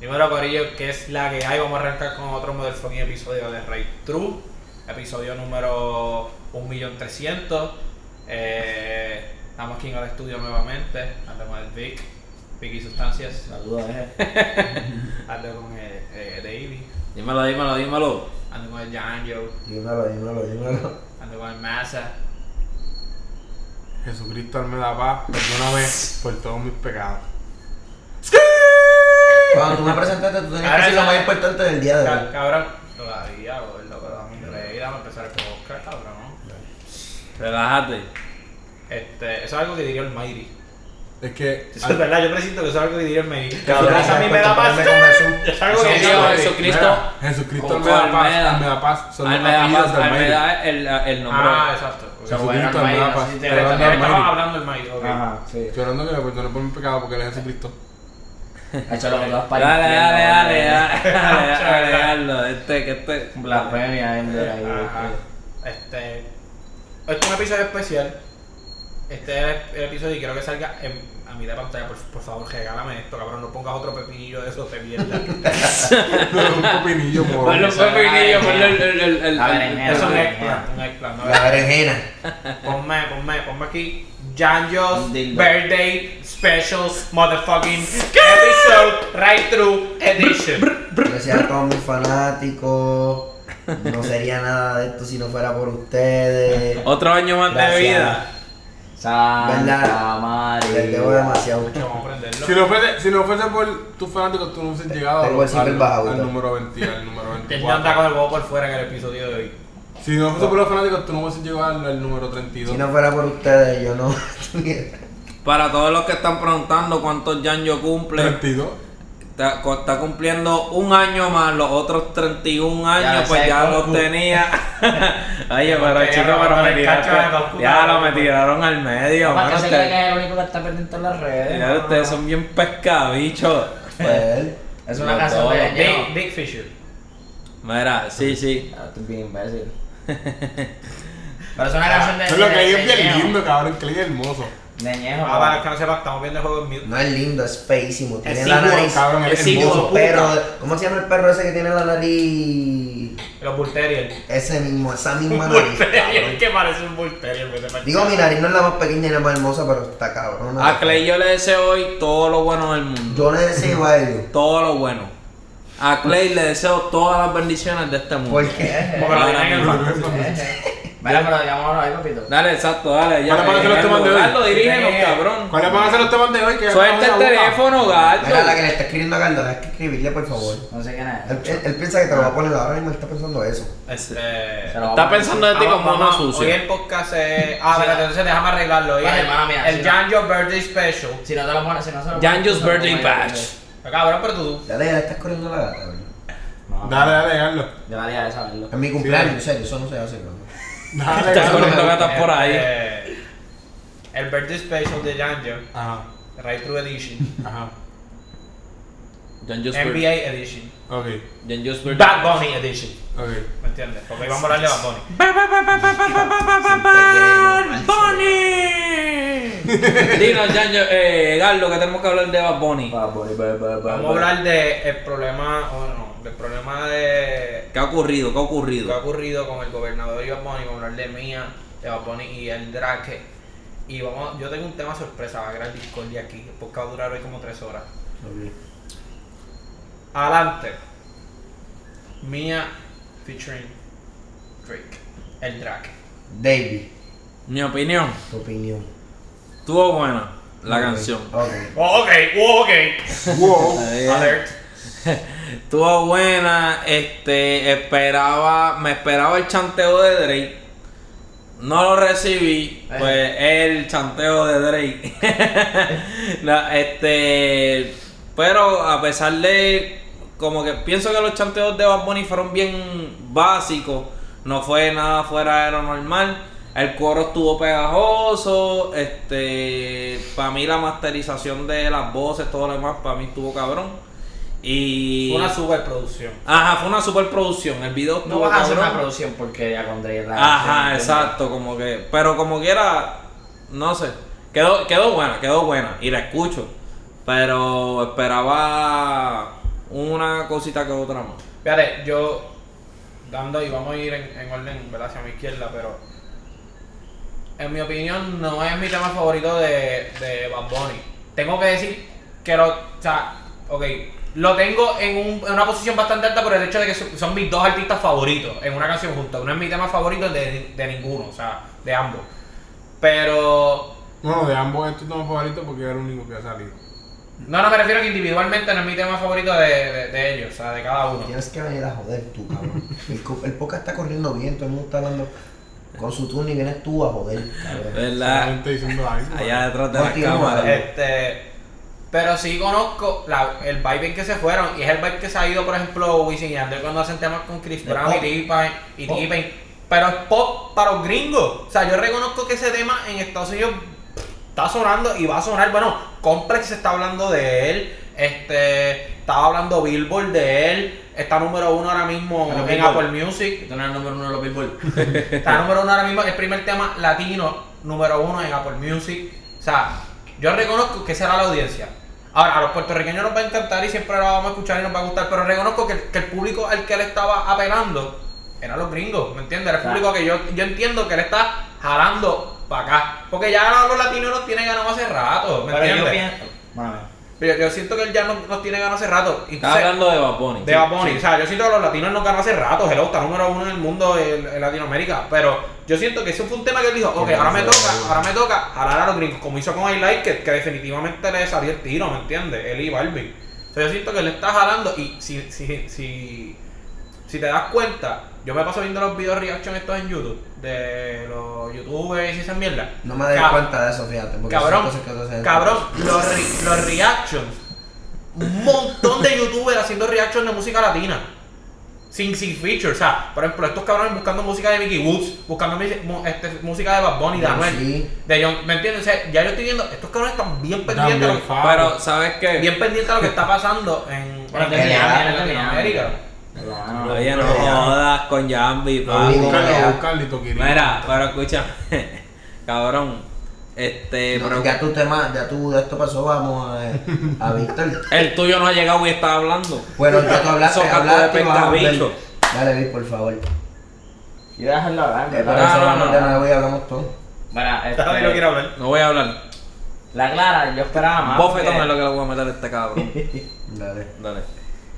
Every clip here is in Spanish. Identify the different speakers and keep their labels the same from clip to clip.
Speaker 1: Dímelo, Corillo, que es la que hay. Vamos a arrancar con otro Motherfucking episodio de Ray True. Episodio número 1.300.000. Eh, estamos aquí en el estudio nuevamente. Andamos del Vic. Vic y Sustancias.
Speaker 2: Saludos, eh.
Speaker 1: Ando con el, eh, Davey.
Speaker 3: Dímelo, dímelo, dímelo.
Speaker 1: Ando con el Janjo.
Speaker 2: Dímelo, dímelo, dímelo.
Speaker 1: Ando con el Massa.
Speaker 4: Jesucristo me da paz, perdóname por todos mis pecados.
Speaker 2: Cuando tú me presentaste, tú tenías que
Speaker 1: Ahora
Speaker 2: decir lo
Speaker 1: ya.
Speaker 2: más importante del día de
Speaker 1: Ca-
Speaker 2: hoy.
Speaker 1: Cabrón. Todavía, gordo, pero dame un break, Vamos a empezar con Oscar, cabrón.
Speaker 3: Relájate.
Speaker 1: Este, eso es algo que diría el Mayri.
Speaker 4: Es que
Speaker 1: Eso es verdad, yo presiento que eso es algo que diría el Mayri. pues,
Speaker 2: Cabrón,
Speaker 1: Eso a mí me da paz.
Speaker 2: compararme con Jesús.
Speaker 1: Es algo
Speaker 3: Eso
Speaker 1: que
Speaker 3: es
Speaker 1: diría el
Speaker 3: Dios,
Speaker 1: Mayri.
Speaker 3: eso Jesucristo.
Speaker 4: Mira, Jesucristo
Speaker 3: Como
Speaker 4: me da paz,
Speaker 3: Almeda.
Speaker 4: me da paz, son los
Speaker 3: Almeda,
Speaker 4: apellidos del Almeida.
Speaker 3: Almeda el, el nombre.
Speaker 1: Ah, exacto. O sea,
Speaker 4: Jesucristo
Speaker 1: bueno, el Mayri.
Speaker 4: me da paz.
Speaker 1: así, te-
Speaker 4: Te hablan
Speaker 1: también
Speaker 4: del
Speaker 1: Estamos
Speaker 4: Mayri.
Speaker 1: hablando del Mayri, ok.
Speaker 2: Ajá, sí.
Speaker 4: Estoy orando que me perdone por mis pecados porque él es Jesucristo.
Speaker 2: Échalo con
Speaker 3: dale,
Speaker 2: todas partes.
Speaker 3: dale, dale, dale, dale, dale, dale, dale, Este, que este.
Speaker 2: Blasfemia, Ender, ahí.
Speaker 1: Ajá.
Speaker 2: este.
Speaker 1: Este. Este es un episodio especial. Este es el episodio y quiero que salga en, a mitad de pantalla. Por, por favor, regálame esto, cabrón. No pongas otro pepinillo de esos de mierda.
Speaker 4: No es un copinillo, moro.
Speaker 3: Ponlo
Speaker 4: Ponme
Speaker 3: fue pequeño, ponlo el. el, el, el-
Speaker 2: La
Speaker 3: el-
Speaker 2: berenjena.
Speaker 1: Eso es un
Speaker 2: mira.
Speaker 1: eggplant. Un eggplant. no,
Speaker 2: La berenjena.
Speaker 1: Ponme, ponme, ponme aquí. Janjo's
Speaker 2: Dildo.
Speaker 1: Birthday Specials Motherfucking Episode Right Through Edition.
Speaker 2: Gracias a todos mis fanáticos. No sería nada de esto si no fuera por ustedes.
Speaker 3: Otro año más de
Speaker 2: Gracias.
Speaker 3: vida.
Speaker 2: ¿Verdad?
Speaker 5: Santa
Speaker 2: Les debo
Speaker 5: María.
Speaker 2: demasiado.
Speaker 1: Vamos a prenderlo.
Speaker 4: Si no, fuese, si no fuese por tus fanáticos, tú no hubieses llegado
Speaker 2: Tengo
Speaker 4: al,
Speaker 2: el zipper
Speaker 4: al-
Speaker 2: bajado,
Speaker 4: al
Speaker 2: ¿verdad?
Speaker 4: número 20, al número
Speaker 1: Él anda
Speaker 4: 24.
Speaker 1: con el huevo por fuera en el episodio de hoy.
Speaker 4: Si no fuese por los fanáticos, tú no hubieses llegado al, al número
Speaker 2: Si
Speaker 4: 32.
Speaker 2: no fuera por ustedes, yo no.
Speaker 3: Para todos los que están preguntando cuántos Janjo cumple,
Speaker 4: 32.
Speaker 3: está, cu- está cumpliendo un año más, los otros 31 años,
Speaker 5: Ya,
Speaker 3: pues
Speaker 5: ese
Speaker 3: ya
Speaker 5: es
Speaker 3: los
Speaker 5: Goku.
Speaker 3: tenía. Oye, pero
Speaker 1: Porque
Speaker 3: chico,
Speaker 1: ya
Speaker 3: pero
Speaker 1: robaron
Speaker 3: me
Speaker 1: el cacho de
Speaker 3: tiraron.
Speaker 1: Goku,
Speaker 3: Ya lo
Speaker 1: cabrón.
Speaker 3: me tiraron al medio,
Speaker 5: Para
Speaker 3: mano.
Speaker 5: que se
Speaker 3: ustedes-
Speaker 5: crea que es el único que está perdiendo en las redes.
Speaker 3: Ya,
Speaker 5: mano.
Speaker 3: ustedes son bien pescabichos.
Speaker 2: Pues.
Speaker 5: Es una
Speaker 3: Los
Speaker 5: canción
Speaker 3: dos.
Speaker 5: de
Speaker 1: Big,
Speaker 5: Ñeño.
Speaker 1: Big Fisher.
Speaker 3: Mira, sí, sí.
Speaker 5: Ah, Tú eres bien imbécil. Pero es una canción de
Speaker 4: Es lo que hay es
Speaker 5: de
Speaker 4: bien
Speaker 5: Ñeño.
Speaker 4: lindo, cabrón, que es hermoso.
Speaker 5: De Ñejo.
Speaker 1: Ah, para los que no sepan, estamos viendo el juego en mute.
Speaker 2: No es lindo, es feísimo. Tiene
Speaker 4: Es
Speaker 2: la
Speaker 4: igual,
Speaker 2: nariz.
Speaker 4: cabrón, es
Speaker 3: Es igual.
Speaker 4: hermoso.
Speaker 2: Como perro. ¿Cómo se llama el perro ese que tiene la nariz?
Speaker 1: Los Bulteriers.
Speaker 2: Ese mismo, esa misma nariz.
Speaker 1: Bulterier,
Speaker 2: cabrón.
Speaker 1: que parece un pues, Bulterier. me parece.
Speaker 2: Digo, mi nariz no es la más pequeña y la más hermosa, pero está cabrón.
Speaker 3: A Ah, Clay yo le deseo hoy todo lo bueno del mundo.
Speaker 2: Yo le deseo a ellos.
Speaker 3: Todo lo bueno. A Clay le deseo todas las bendiciones de este mundo.
Speaker 2: ¿Por qué?
Speaker 1: Como que lo tienen en el banco.
Speaker 5: Mira, pero digámoslo ahí, papito.
Speaker 3: Dale, exacto, dale. Ya,
Speaker 4: Vale, para que los temas de hoy.
Speaker 3: Garlo, dirígenos,
Speaker 5: Sí.
Speaker 3: cabrón.
Speaker 4: ¿Cuáles van a ser los temas de hoy? Que ya
Speaker 3: Suelta el
Speaker 4: acabamos la boca.
Speaker 3: teléfono,
Speaker 2: Mira, la
Speaker 3: Garlo.
Speaker 2: que le está escribiendo a Carlos, hay que escribirle, por favor.
Speaker 5: No sé quién es.
Speaker 2: Él, él- él piensa que te lo va a poner ahora mismo, él está pensando eso.
Speaker 1: Este.
Speaker 5: Se lo
Speaker 3: Está pensando de ti
Speaker 1: Vamos,
Speaker 3: como una
Speaker 1: vamos, Hoy
Speaker 3: sucia.
Speaker 1: el podcast es. Ah,
Speaker 5: Sí,
Speaker 1: espérate,
Speaker 5: la-
Speaker 1: entonces déjame arreglarlo. Hoy
Speaker 5: Vale,
Speaker 1: es
Speaker 5: mala mía,
Speaker 1: el
Speaker 5: sí,
Speaker 1: Janjo Birthday Special.
Speaker 5: Si no te lo pones, si no se lo pones.
Speaker 3: Janjo's
Speaker 5: no te lo
Speaker 3: Birthday
Speaker 5: pones,
Speaker 3: Patch.
Speaker 1: Ah, Cabrón, pero tú.
Speaker 2: Dale, ya le estás corriendo la gata, bro.
Speaker 5: No,
Speaker 4: Dale, dale, Carlos.
Speaker 5: Yo la haría de saberlo.
Speaker 2: Es mi cumpleaños, en serio, eso no se hace, bro.
Speaker 4: Dale,
Speaker 3: Está
Speaker 4: Carlos.
Speaker 3: corriendo gatas por ahí.
Speaker 1: Este, El Birthday Special de Janjo,
Speaker 4: Ajá,
Speaker 1: Right Through Edition,
Speaker 4: ajá.
Speaker 3: Janjo's Birthday.
Speaker 1: NBA Edition,
Speaker 4: Ok,
Speaker 3: Janjo's Birthday.
Speaker 1: Bad Bunny Edition.
Speaker 4: ok.
Speaker 1: ¿Me entiendes? Porque hoy vamos a hablar de Bad Bunny.
Speaker 2: Siempre
Speaker 3: Dinos, Janjo, eh, Garlo, que tenemos que hablar de Bad Bunny.
Speaker 1: Vamos a hablar del problema, o no, del problema de
Speaker 3: ¿Qué ha ocurrido? ¿Qué ha
Speaker 1: lo que ha
Speaker 3: ocurrido?
Speaker 1: ocurrido con el gobernador Iván Boni, con hablar de Mía, de Bad Bunny y el Drake. Y vamos, yo tengo un tema sorpresa, va a crear discordia aquí, porque va a durar hoy como tres horas. Adelante. Mía featuring Drake. El Drake.
Speaker 2: David,
Speaker 3: Mi opinión,
Speaker 2: tu opinión.
Speaker 3: estuvo buena la
Speaker 2: Ok,
Speaker 3: canción.
Speaker 2: Ok.
Speaker 1: Oh, ok, oh, ok.
Speaker 4: Wow.
Speaker 1: Alert.
Speaker 3: Estuvo buena, este, esperaba, me esperaba el chanteo de Drake. No lo recibí,
Speaker 5: Ajá.
Speaker 3: pues el chanteo de Drake. No, este, pero a pesar de, como que pienso que los chanteos de Bad Bunny fueron bien básicos, no fue nada fuera de lo normal. El coro estuvo pegajoso, este, para mí la masterización de las voces, todo lo demás, para mí estuvo cabrón. Y...
Speaker 1: Fue una superproducción.
Speaker 3: Ajá, fue una superproducción. El video
Speaker 5: No
Speaker 3: estuvo
Speaker 5: vas a hacer
Speaker 3: cabrón.
Speaker 5: una producción porquería con Drake. la canción,
Speaker 3: Ajá,
Speaker 5: ¿entiendes?
Speaker 3: exacto, como que. Pero como quiera, no sé. Quedó, quedó buena, quedó buena. Y la escucho. Pero esperaba un, una cosita que otra más.
Speaker 1: Fíjate, yo dando y vamos a ir en, en orden ¿verdad? hacia mi izquierda, pero en mi opinión no es mi tema favorito de, de Bad Bunny. Tengo que decir que lo, o sea, ok, lo tengo en, un- en una posición bastante alta por el hecho de que son, son mis dos artistas favoritos en una canción junta. No es mi tema favorito de, de ninguno, o sea, de ambos. Pero
Speaker 4: Bueno, de ambos es tu tema favorito porque era el único que ha salido.
Speaker 1: no, no me refiero que individualmente no es mi tema favorito de, de- de ellos, o sea, de cada uno.
Speaker 2: Tienes que venir a joder tú, cabrón. El, co- el podcast está corriendo bien, todo el mundo está hablando con su turno y vienes tú a joder,
Speaker 3: Eh,
Speaker 2: cabrón.
Speaker 3: ¿Verdad?
Speaker 4: Solamente diciendo algo.
Speaker 3: Ah. Allá detrás de
Speaker 2: No,
Speaker 3: la
Speaker 2: tío, no,
Speaker 3: cámara.
Speaker 1: Este, pero sí conozco la- el vibe en que se fueron. Y es el vibe que se ha ido, por ejemplo, Wisin y Yandel cuando hacen temas con Chris
Speaker 2: De
Speaker 1: Brown y
Speaker 2: pop.
Speaker 1: T-Pain. y
Speaker 2: Pop.
Speaker 1: T-Pain. Pero es pop para los gringos. O sea, yo reconozco que ese tema en Estados Unidos está sonando y va a sonar. Bueno, Complex está hablando de él. Este, estaba hablando Billboard de él. Está número uno ahora mismo
Speaker 5: Pero
Speaker 1: en
Speaker 5: Billboard.
Speaker 1: Apple Music.
Speaker 5: Esto no era el número uno de los Billboard.
Speaker 1: Está número uno ahora mismo, el primer tema latino, número uno en Apple Music. O sea, yo reconozco que será la audiencia. Ahora, a los puertorriqueños nos va a encantar y siempre la vamos a escuchar y nos va a gustar, pero reconozco que, que el público al que él estaba apelando eran los gringos, ¿me entiendes? Era el
Speaker 5: Claro.
Speaker 1: público que yo, yo entiendo que él está jalando para acá. Porque ya los latinos los tiene ganado hace rato, ¿me
Speaker 5: Pero yo
Speaker 1: entiendes?
Speaker 5: pienso. Mami.
Speaker 1: Pero yo siento que él ya nos, nos tiene ganado hace rato. y
Speaker 3: Estás hablando de Bad Bunny.
Speaker 1: de Bad Bunny. O sea, yo siento que los latinos nos ganó hace rato. Hello está número uno en el mundo en, en Latinoamérica. Pero yo siento que eso fue un tema que él dijo, ok, ahora me toca, ahora me toca jalar a los gringos. Como hizo con Highlight, que, que definitivamente le salió el tiro, ¿me entiendes? Él y Balvin. O sea, yo siento que él está jalando y si, si, si, si te das cuenta, yo me paso viendo los videos reaction estos en YouTube, de los youtubers y esas mierdas.
Speaker 2: No me des
Speaker 1: Cab-
Speaker 2: cuenta de eso, fíjate. Porque son
Speaker 1: Cabrón,
Speaker 2: cosas que tú haces en-
Speaker 1: cabrón, los, re- los reactions. Un montón de youtubers haciendo reactions de música latina. Sin, sin features, o sea, por ejemplo, estos cabrones buscando música de Mickey Woods, buscando mi- mu- este, música de Bad Bunny, de Anuel,
Speaker 2: Sí.
Speaker 1: de John, ¿me entiendes? O sea, ya yo estoy viendo, estos cabrones están bien pendientes, a
Speaker 4: También
Speaker 1: lo, que-
Speaker 4: Fabo.
Speaker 3: Pues Pero, ¿sabes qué?
Speaker 1: bien pendientes a lo que está pasando en,
Speaker 5: Bueno,
Speaker 1: en
Speaker 5: que le hagan,
Speaker 1: en
Speaker 5: que le hagan.
Speaker 1: Latinoamérica.
Speaker 5: Claro.
Speaker 3: Oye, no
Speaker 2: Pero ya.
Speaker 3: jodas con Jambi, papi.
Speaker 2: digo.
Speaker 4: Búscalo, búscalo y toquirito.
Speaker 3: Mira, pero escucha, cabrón, este,
Speaker 2: No,
Speaker 3: pero
Speaker 2: ya tu tema, ya tu de esto pasó, vamos a, eh, a Víctor.
Speaker 3: el tuyo no ha llegado y está hablando.
Speaker 2: Bueno, ya tú hablaste,
Speaker 3: Socaco
Speaker 2: hablaste.
Speaker 3: de
Speaker 2: vamos a volver.
Speaker 3: pentabicho.
Speaker 2: Dale, Vic, por favor. Eh,
Speaker 5: Quiero dejarlo hablar,
Speaker 2: Pero
Speaker 5: ¿verdad?
Speaker 3: No,
Speaker 2: eso
Speaker 3: no,
Speaker 2: vamos
Speaker 3: no.
Speaker 2: de nuevo y hablamos todo.
Speaker 5: Mira, este,
Speaker 1: Nadie lo quiere hablar.
Speaker 3: No voy a hablar.
Speaker 5: la clara, yo esperaba
Speaker 1: Ah,
Speaker 5: más.
Speaker 3: Bofetón es
Speaker 5: porque-
Speaker 3: lo que le voy a meter a este cabrón.
Speaker 2: Dale.
Speaker 3: Dale.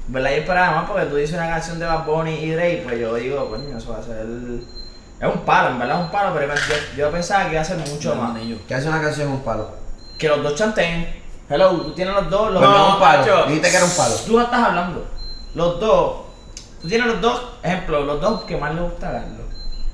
Speaker 5: ¿Verdad? Yo esperaba más porque tú dices una canción de Bad Bunny y Drake, pues yo digo, coño, eso va a ser. Es un palo, en verdad es un palo, pero yo, yo pensaba que iba a ser mucho más.
Speaker 2: ¿Qué hace una canción un palo?
Speaker 5: Que los dos chanteen. Hello, tú tienes los dos, los
Speaker 2: Pues
Speaker 1: No,
Speaker 5: dos.
Speaker 2: un palo.
Speaker 1: macho.
Speaker 2: Dijiste que era un palo.
Speaker 5: Tú no estás hablando. Los dos. Tú tienes los dos, ejemplo, los dos que más le gusta a Carlos.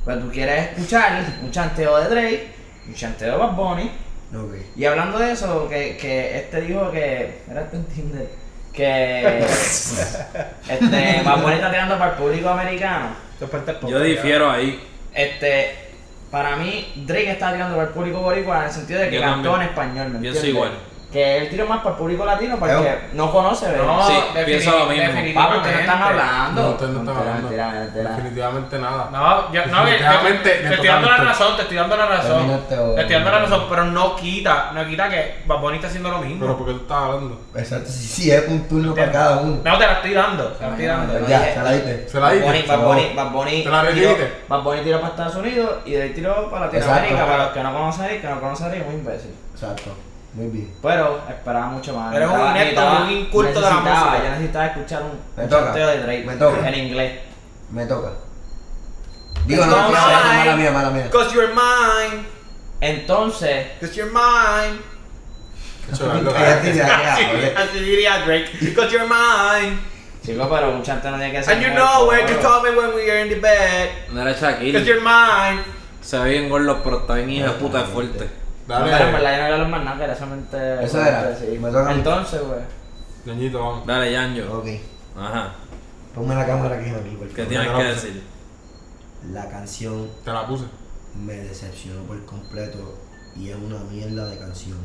Speaker 5: Pero tú quieres escuchar un chanteo de Drake, un chanteo de Bad Bunny.
Speaker 2: Ok.
Speaker 5: Y hablando de eso, que, que este dijo que. Era esto en Tinder. Que. este. Bad Bunny está tirando para el público americano.
Speaker 1: Eso es parte del
Speaker 3: Yo
Speaker 1: podcast,
Speaker 3: difiero ahí.
Speaker 5: Este. Para mí, Drake está tirando para el público boricua en el sentido de que
Speaker 3: Yo
Speaker 5: cantó en
Speaker 3: también.
Speaker 5: español, ¿me
Speaker 3: Pienso
Speaker 5: entiendes?
Speaker 3: igual.
Speaker 5: Que él tira más para el público latino porque no conoce,
Speaker 1: ya.
Speaker 5: ¿verdad?
Speaker 1: No,
Speaker 3: Sí,
Speaker 1: defini-
Speaker 3: pienso lo mismo.
Speaker 1: definitivamente.
Speaker 5: Papi, ustedes no están hablando.
Speaker 4: No, ustedes no están
Speaker 5: Mentira,
Speaker 4: hablando.
Speaker 5: mentira, mentira.
Speaker 4: Definitivamente nada.
Speaker 1: No, yo, no, que-
Speaker 4: Definitivamente,
Speaker 1: te, te
Speaker 4: me
Speaker 1: estoy dando la
Speaker 4: tocaron tú.
Speaker 1: razón, te estoy dando la razón.
Speaker 2: Terminaste o-
Speaker 1: Te estoy dando la razón, pero no quita, no quita que Bad Bunny está haciendo lo mismo.
Speaker 4: Pero porque tú estás hablando.
Speaker 2: Exacto, sí, sí, es un turno para cada uno. Pues
Speaker 1: No, te la estoy dando, te la estoy dando.
Speaker 5: no,
Speaker 2: Ya,
Speaker 5: dije-
Speaker 2: se la diste.
Speaker 4: Se la
Speaker 5: Bad Bunny,
Speaker 4: dije.
Speaker 5: Bad Bunny, Bad Bunny
Speaker 4: ¿Te la
Speaker 5: tiró,
Speaker 4: repite?
Speaker 5: Bad Bunny tiró para Estados Unidos y Drake tiró para Latinoamérica.
Speaker 2: Exacto.
Speaker 5: Para los que no conocen a Drake, que no conocen a Drake, muy imbécil.
Speaker 2: Exacto, muy bien.
Speaker 5: Pero esperaba mucho más.
Speaker 1: Eres un
Speaker 5: Necesitaba-
Speaker 1: inepto,
Speaker 5: necesitaba-
Speaker 1: un inculto de la
Speaker 5: necesitaba-
Speaker 1: música.
Speaker 5: Yo necesitaba escuchar un
Speaker 2: Me
Speaker 5: un
Speaker 2: toca,
Speaker 5: chanteo de Drake
Speaker 2: me toca.
Speaker 5: en inglés.
Speaker 2: Me toca. Digo, no,
Speaker 1: No,
Speaker 2: mala,
Speaker 1: no,
Speaker 2: mía,
Speaker 1: ay.
Speaker 2: mala mía, mala mía.
Speaker 1: Cause you're mine,
Speaker 5: Entonces,
Speaker 1: cause you're mine.
Speaker 4: Eso era lo que-
Speaker 2: Cállate, ya, ya,
Speaker 1: Así,
Speaker 2: oye.
Speaker 1: así diría Drake. Cause you're mine.
Speaker 5: chicos, pero un chanteo no tiene que ser.
Speaker 1: And you
Speaker 5: muy
Speaker 1: know where
Speaker 5: fuerte.
Speaker 1: to call me when we are in the bed.
Speaker 3: No era
Speaker 1: Cause
Speaker 3: Shaquille.
Speaker 1: you're mine.
Speaker 3: Se ve bien gordo, pero está bien hija de puta de fuerte.
Speaker 5: No, pero en
Speaker 4: Dale,
Speaker 5: verdad yo no era los más nada, que era solamente.
Speaker 2: Eso era.
Speaker 5: sí.
Speaker 2: Me toca a mí.
Speaker 5: Entonces, güey.
Speaker 4: Ñañito, vamos.
Speaker 3: Dale, Yanjo.
Speaker 2: Ok, Pues
Speaker 3: Ajá.
Speaker 2: ponme la cámara que es a mí, por
Speaker 3: ¿Qué
Speaker 2: favor.
Speaker 3: tienes que decir?
Speaker 2: La canción
Speaker 4: Te la puse.
Speaker 2: me decepcionó por completo y es una mierda de canción.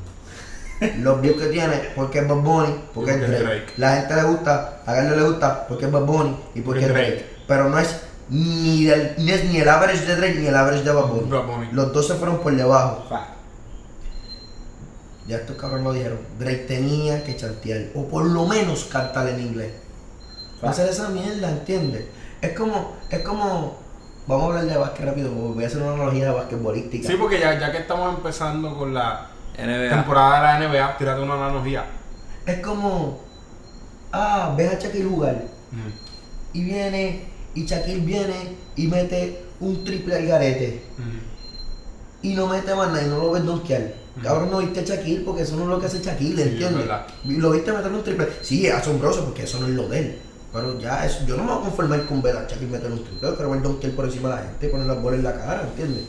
Speaker 2: Los views que tiene, porque es Bob Bunny, porque es
Speaker 4: Porque es
Speaker 2: Drake.
Speaker 4: Drake.
Speaker 2: La gente le gusta, a Carlos le gusta, porque es Bob Bunny y porque es Drake.
Speaker 4: Drake.
Speaker 2: Pero no es ni, del, ni es ni el average de Drake ni el average de Bob Bunny.
Speaker 4: Bad Bunny.
Speaker 2: Los dos se fueron por debajo.
Speaker 5: Fa.
Speaker 2: Ya estos cabrones lo dijeron. Drake tenía que chantear, o por lo menos cantar en inglés. Va a hacer esa mierda, ¿entiendes? Es como, es como, vamos a hablar de básquet rápido, porque voy a hacer una analogía basquetbolística.
Speaker 4: Sí, porque ya, ya que estamos empezando con la
Speaker 3: NBA.
Speaker 4: temporada de la NBA, tírate una analogía.
Speaker 2: Es como, ah, ves a Shaquille jugar,
Speaker 5: Mm.
Speaker 2: y viene, y Shaquille viene, y mete un triple al garete,
Speaker 4: Mm.
Speaker 2: y no mete más nada, y no lo ves donkear.
Speaker 4: Ujú.
Speaker 2: Ahora no viste a Shaquille porque eso no es lo que hace Shaquille,
Speaker 4: Sí, es
Speaker 2: ¿entiendes?
Speaker 4: verdad.
Speaker 2: lo viste meter un triple. Sí, es asombroso porque eso no es lo de él. Pero ya, es, yo no me voy a conformar con ver a Shaquille meter un triple. Yo quiero ver donkear por encima de la gente y poner las bolas en la cara, ¿entiendes?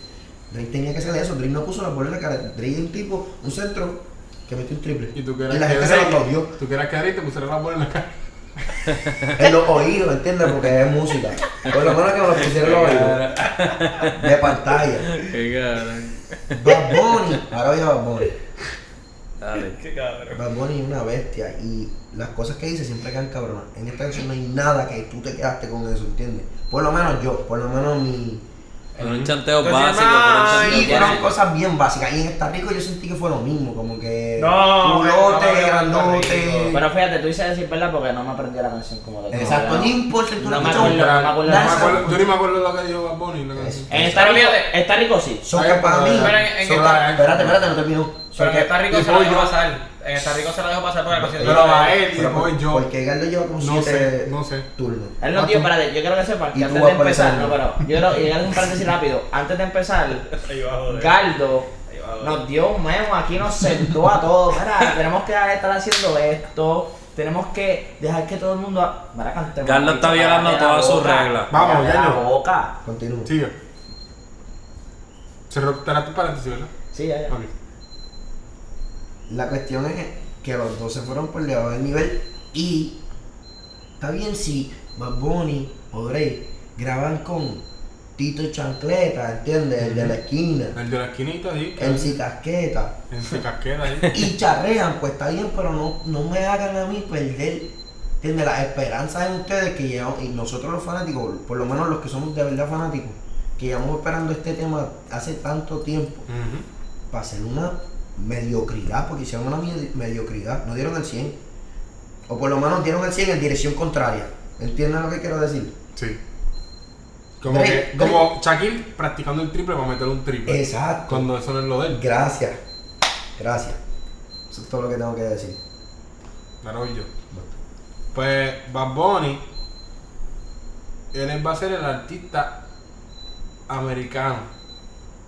Speaker 2: Dre tenía que hacer eso. Dre no puso las bolas en la cara. Dre es un tipo, un centro, que metió un triple.
Speaker 4: Y tú
Speaker 2: la
Speaker 4: quieras
Speaker 2: gente se lo aplaudió.
Speaker 4: Tú quieras quedar y te pusieron la bola en la cara.
Speaker 2: En los oídos, ¿entiendes? Porque es música. Por lo menos que me lo pusieron en los oídos. De pantalla.
Speaker 3: Qué cabrón.
Speaker 2: Bad Bunny. Ahora voy a Bad Bunny.
Speaker 3: Dale.
Speaker 1: Qué cabrón.
Speaker 2: Bad Bunny es una bestia y las cosas que dice siempre quedan cabronas. En esta canción no hay nada que tú te quedaste con eso, ¿entiendes? Por lo menos yo, por lo menos mi...
Speaker 3: Con un chanteo
Speaker 1: Entonces,
Speaker 3: básico.
Speaker 1: ah,
Speaker 3: con un
Speaker 2: Sí,
Speaker 3: chanteo
Speaker 2: fueron
Speaker 3: básico.
Speaker 2: cosas bien básicas. Y en Esta Rico yo sentí que fue lo mismo, como que...
Speaker 1: No,
Speaker 2: culote,
Speaker 1: no, no, no,
Speaker 2: grandote...
Speaker 1: Puerto
Speaker 5: Pero fíjate, tú dices decir verdad porque no me aprendí la canción como tal.
Speaker 2: Exacto,
Speaker 5: No,
Speaker 2: no importa,
Speaker 5: No
Speaker 2: tú no
Speaker 5: me
Speaker 2: escuchas un
Speaker 5: acuerdo, no me acuerdo.
Speaker 4: No me
Speaker 2: Danza.
Speaker 4: acuerdo- yo ni me acuerdo lo que dijo Bad Bunny. en la canción.
Speaker 5: En Está Rico, está rico sí.
Speaker 2: So que para mí...
Speaker 1: Pero en-
Speaker 4: eh,
Speaker 1: en
Speaker 2: so
Speaker 1: esta-
Speaker 2: que- Espérate, espérate, no termino. So
Speaker 1: Pero en
Speaker 2: que-
Speaker 1: Estados Rico
Speaker 4: y
Speaker 1: se lo dejó
Speaker 4: pollo.
Speaker 1: pasar. En Estados Rico se lo dejó pasar por la canción.
Speaker 4: Pero a él y
Speaker 2: pero
Speaker 4: después
Speaker 2: por-
Speaker 4: yo.
Speaker 2: Porque Gardo lleva como
Speaker 4: No sé,
Speaker 2: siete
Speaker 4: no sé.
Speaker 2: turnos.
Speaker 5: Él no,
Speaker 2: Ah,
Speaker 5: tío,
Speaker 2: tú-
Speaker 5: espérate, yo quiero que sepas
Speaker 2: Y
Speaker 5: que
Speaker 2: tú
Speaker 5: antes
Speaker 2: vas
Speaker 5: de
Speaker 2: por esa
Speaker 5: empezar, no,
Speaker 2: línea.
Speaker 5: pero yo quiero yo quiero hacer un paréntesis rápido. Antes de empezar,
Speaker 1: Ahí va, joder.
Speaker 5: Galdo
Speaker 1: Ahí va, joder.
Speaker 5: nos dio un memo aquí, nos sentó a todos. Mira, tenemos que estar haciendo esto, tenemos que dejar que todo el mundo. ha- Mira, cantemos.
Speaker 3: Galdo está
Speaker 5: Cállate
Speaker 3: violando
Speaker 5: la
Speaker 3: todas sus
Speaker 5: boca,
Speaker 3: reglas.
Speaker 4: Vamos,
Speaker 5: cállate la
Speaker 4: Galdo.
Speaker 5: boca.
Speaker 2: Continúa.
Speaker 4: Sigue. Cerró, tiraste paréntesis, ¿verdad?
Speaker 5: Sí, eh. ya, ya.
Speaker 4: Ok.
Speaker 2: La cuestión es que los dos se fueron por debajo del nivel y está bien si Bad Bunny o Drake graban con Tito Chancleta, ¿entiendes? El de la esquina,
Speaker 4: El de la esquinita ahí. que-
Speaker 2: MC Casqueta
Speaker 4: En su casquera ahí.
Speaker 2: y charrean, pues está bien, pero no, no me hagan a mí perder, ¿entiendes? Las esperanzas en ustedes que llevamos, y nosotros los fanáticos, por lo menos los que somos de verdad fanáticos, que llevamos esperando este tema hace tanto tiempo
Speaker 4: Ujú.
Speaker 2: para hacer una mediocridad, porque hicieron una medi- mediocridad, no dieron el 100. O por lo menos dieron el 100 en dirección contraria. ¿Entienden lo que quiero decir?
Speaker 4: Sí. Como,
Speaker 2: Drake-
Speaker 4: que, como Shaquille practicando el triple para meter un triple.
Speaker 2: Exacto.
Speaker 4: Cuando eso no es lo de él.
Speaker 2: Gracias. Gracias. Eso es todo lo que tengo que decir.
Speaker 4: Claro, y yo. Pues Bad Bunny, él va a ser el artista americano,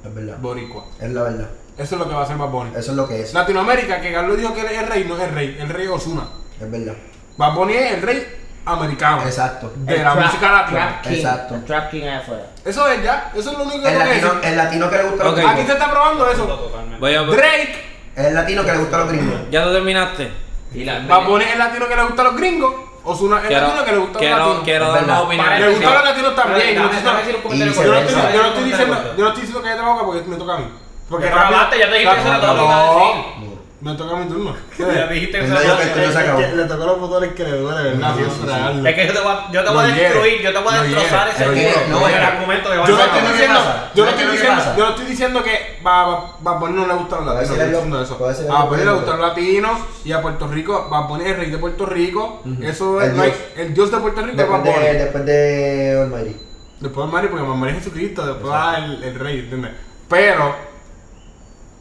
Speaker 2: Es verdad.
Speaker 4: boricua.
Speaker 2: Es la verdad.
Speaker 4: Eso es lo que va a ser Bad Bunny.
Speaker 2: Eso es lo que es.
Speaker 4: Latinoamérica, que Carlos dijo que él es el rey, no es el rey, el rey Osuna.
Speaker 2: Es verdad.
Speaker 4: Bad Bunny es el rey americano.
Speaker 2: Exacto.
Speaker 4: De
Speaker 5: El
Speaker 4: la
Speaker 5: trap-
Speaker 4: música latina.
Speaker 5: Trap King.
Speaker 2: Exacto.
Speaker 5: El Trap King ahí afuera.
Speaker 4: Eso es ya, eso es lo único que
Speaker 2: El
Speaker 4: tengo que decir.
Speaker 2: latino, el latino que le gusta a los
Speaker 3: Ok.
Speaker 4: Aquí
Speaker 2: gringos.
Speaker 4: se está probando eso.
Speaker 1: Totalmente.
Speaker 3: Voy a-
Speaker 4: Drake,
Speaker 2: El latino que le gusta a los gringos.
Speaker 3: ¿Ya tú terminaste?
Speaker 5: Y la-
Speaker 4: Bad Bunny es el latino que le gusta a los gringos. Osuna es el
Speaker 3: Quiero,
Speaker 4: latino que le gusta a los
Speaker 3: quiero,
Speaker 4: latinos.
Speaker 3: quiero
Speaker 2: Es
Speaker 3: dar
Speaker 2: verdad.
Speaker 3: más
Speaker 4: Le
Speaker 3: opiniones.
Speaker 4: gusta a los latinos también.
Speaker 1: Dame-
Speaker 4: no te
Speaker 1: dame-
Speaker 4: estás-
Speaker 1: dame decir un comentario
Speaker 2: Y
Speaker 4: Yo no,
Speaker 1: corto.
Speaker 4: estoy,
Speaker 2: viceversa.
Speaker 4: yo no estoy
Speaker 1: Comentario
Speaker 4: diciendo, yo
Speaker 1: corto.
Speaker 4: no estoy diciendo que ella te boca porque me toca a mí. Porque
Speaker 1: Pero hablaste, ya te dije que eso no te lo iba a decir.
Speaker 2: No.
Speaker 4: Me toca mi turno.
Speaker 1: Ya dijiste que se
Speaker 2: Él no
Speaker 1: lo
Speaker 2: dijo
Speaker 1: iba a
Speaker 2: que el turno
Speaker 1: hacer.
Speaker 2: se acabó.
Speaker 4: Le tocó los botones que le duele, ¿verdad?
Speaker 2: Sí,
Speaker 4: Eso
Speaker 2: sí,
Speaker 4: es
Speaker 2: sí.
Speaker 4: real.
Speaker 1: Es que yo te voy a, yo te
Speaker 4: Lo
Speaker 1: voy a
Speaker 4: hiere,
Speaker 1: destruir, yo te voy a
Speaker 4: lo hiere,
Speaker 1: destrozar ese
Speaker 4: lo
Speaker 2: Es que-
Speaker 1: tipo.
Speaker 2: no,
Speaker 1: el
Speaker 2: es-
Speaker 1: argumento que va a
Speaker 4: Yo no
Speaker 2: ¿Sabes
Speaker 4: estoy
Speaker 2: qué
Speaker 4: diciendo,
Speaker 2: pasa?
Speaker 4: yo no
Speaker 2: ¿Sabes qué
Speaker 4: estoy
Speaker 2: es lo que
Speaker 4: diciendo,
Speaker 2: pasa?
Speaker 4: yo no estoy diciendo que va- va- Bad Bunny no le gustan los
Speaker 2: Voy a
Speaker 4: latinos, no estoy
Speaker 2: decirle lo-
Speaker 4: diciendo eso.
Speaker 2: voy a decirle
Speaker 4: A
Speaker 2: lo
Speaker 4: Bad Bunny le
Speaker 2: primero.
Speaker 4: gustan los latinos y a Puerto Rico, Bad Bunny es el rey de Puerto Rico.
Speaker 2: Ujú.
Speaker 4: Eso
Speaker 2: El
Speaker 4: es, no hay-
Speaker 2: dios.
Speaker 4: el dios de Puerto Rico es Bad
Speaker 2: Después de,
Speaker 4: Bunny.
Speaker 2: después de Almighty.
Speaker 4: Después de Mari, porque Mamá María es Jesucristo, después va el, el rey, ¿entiendes? Pero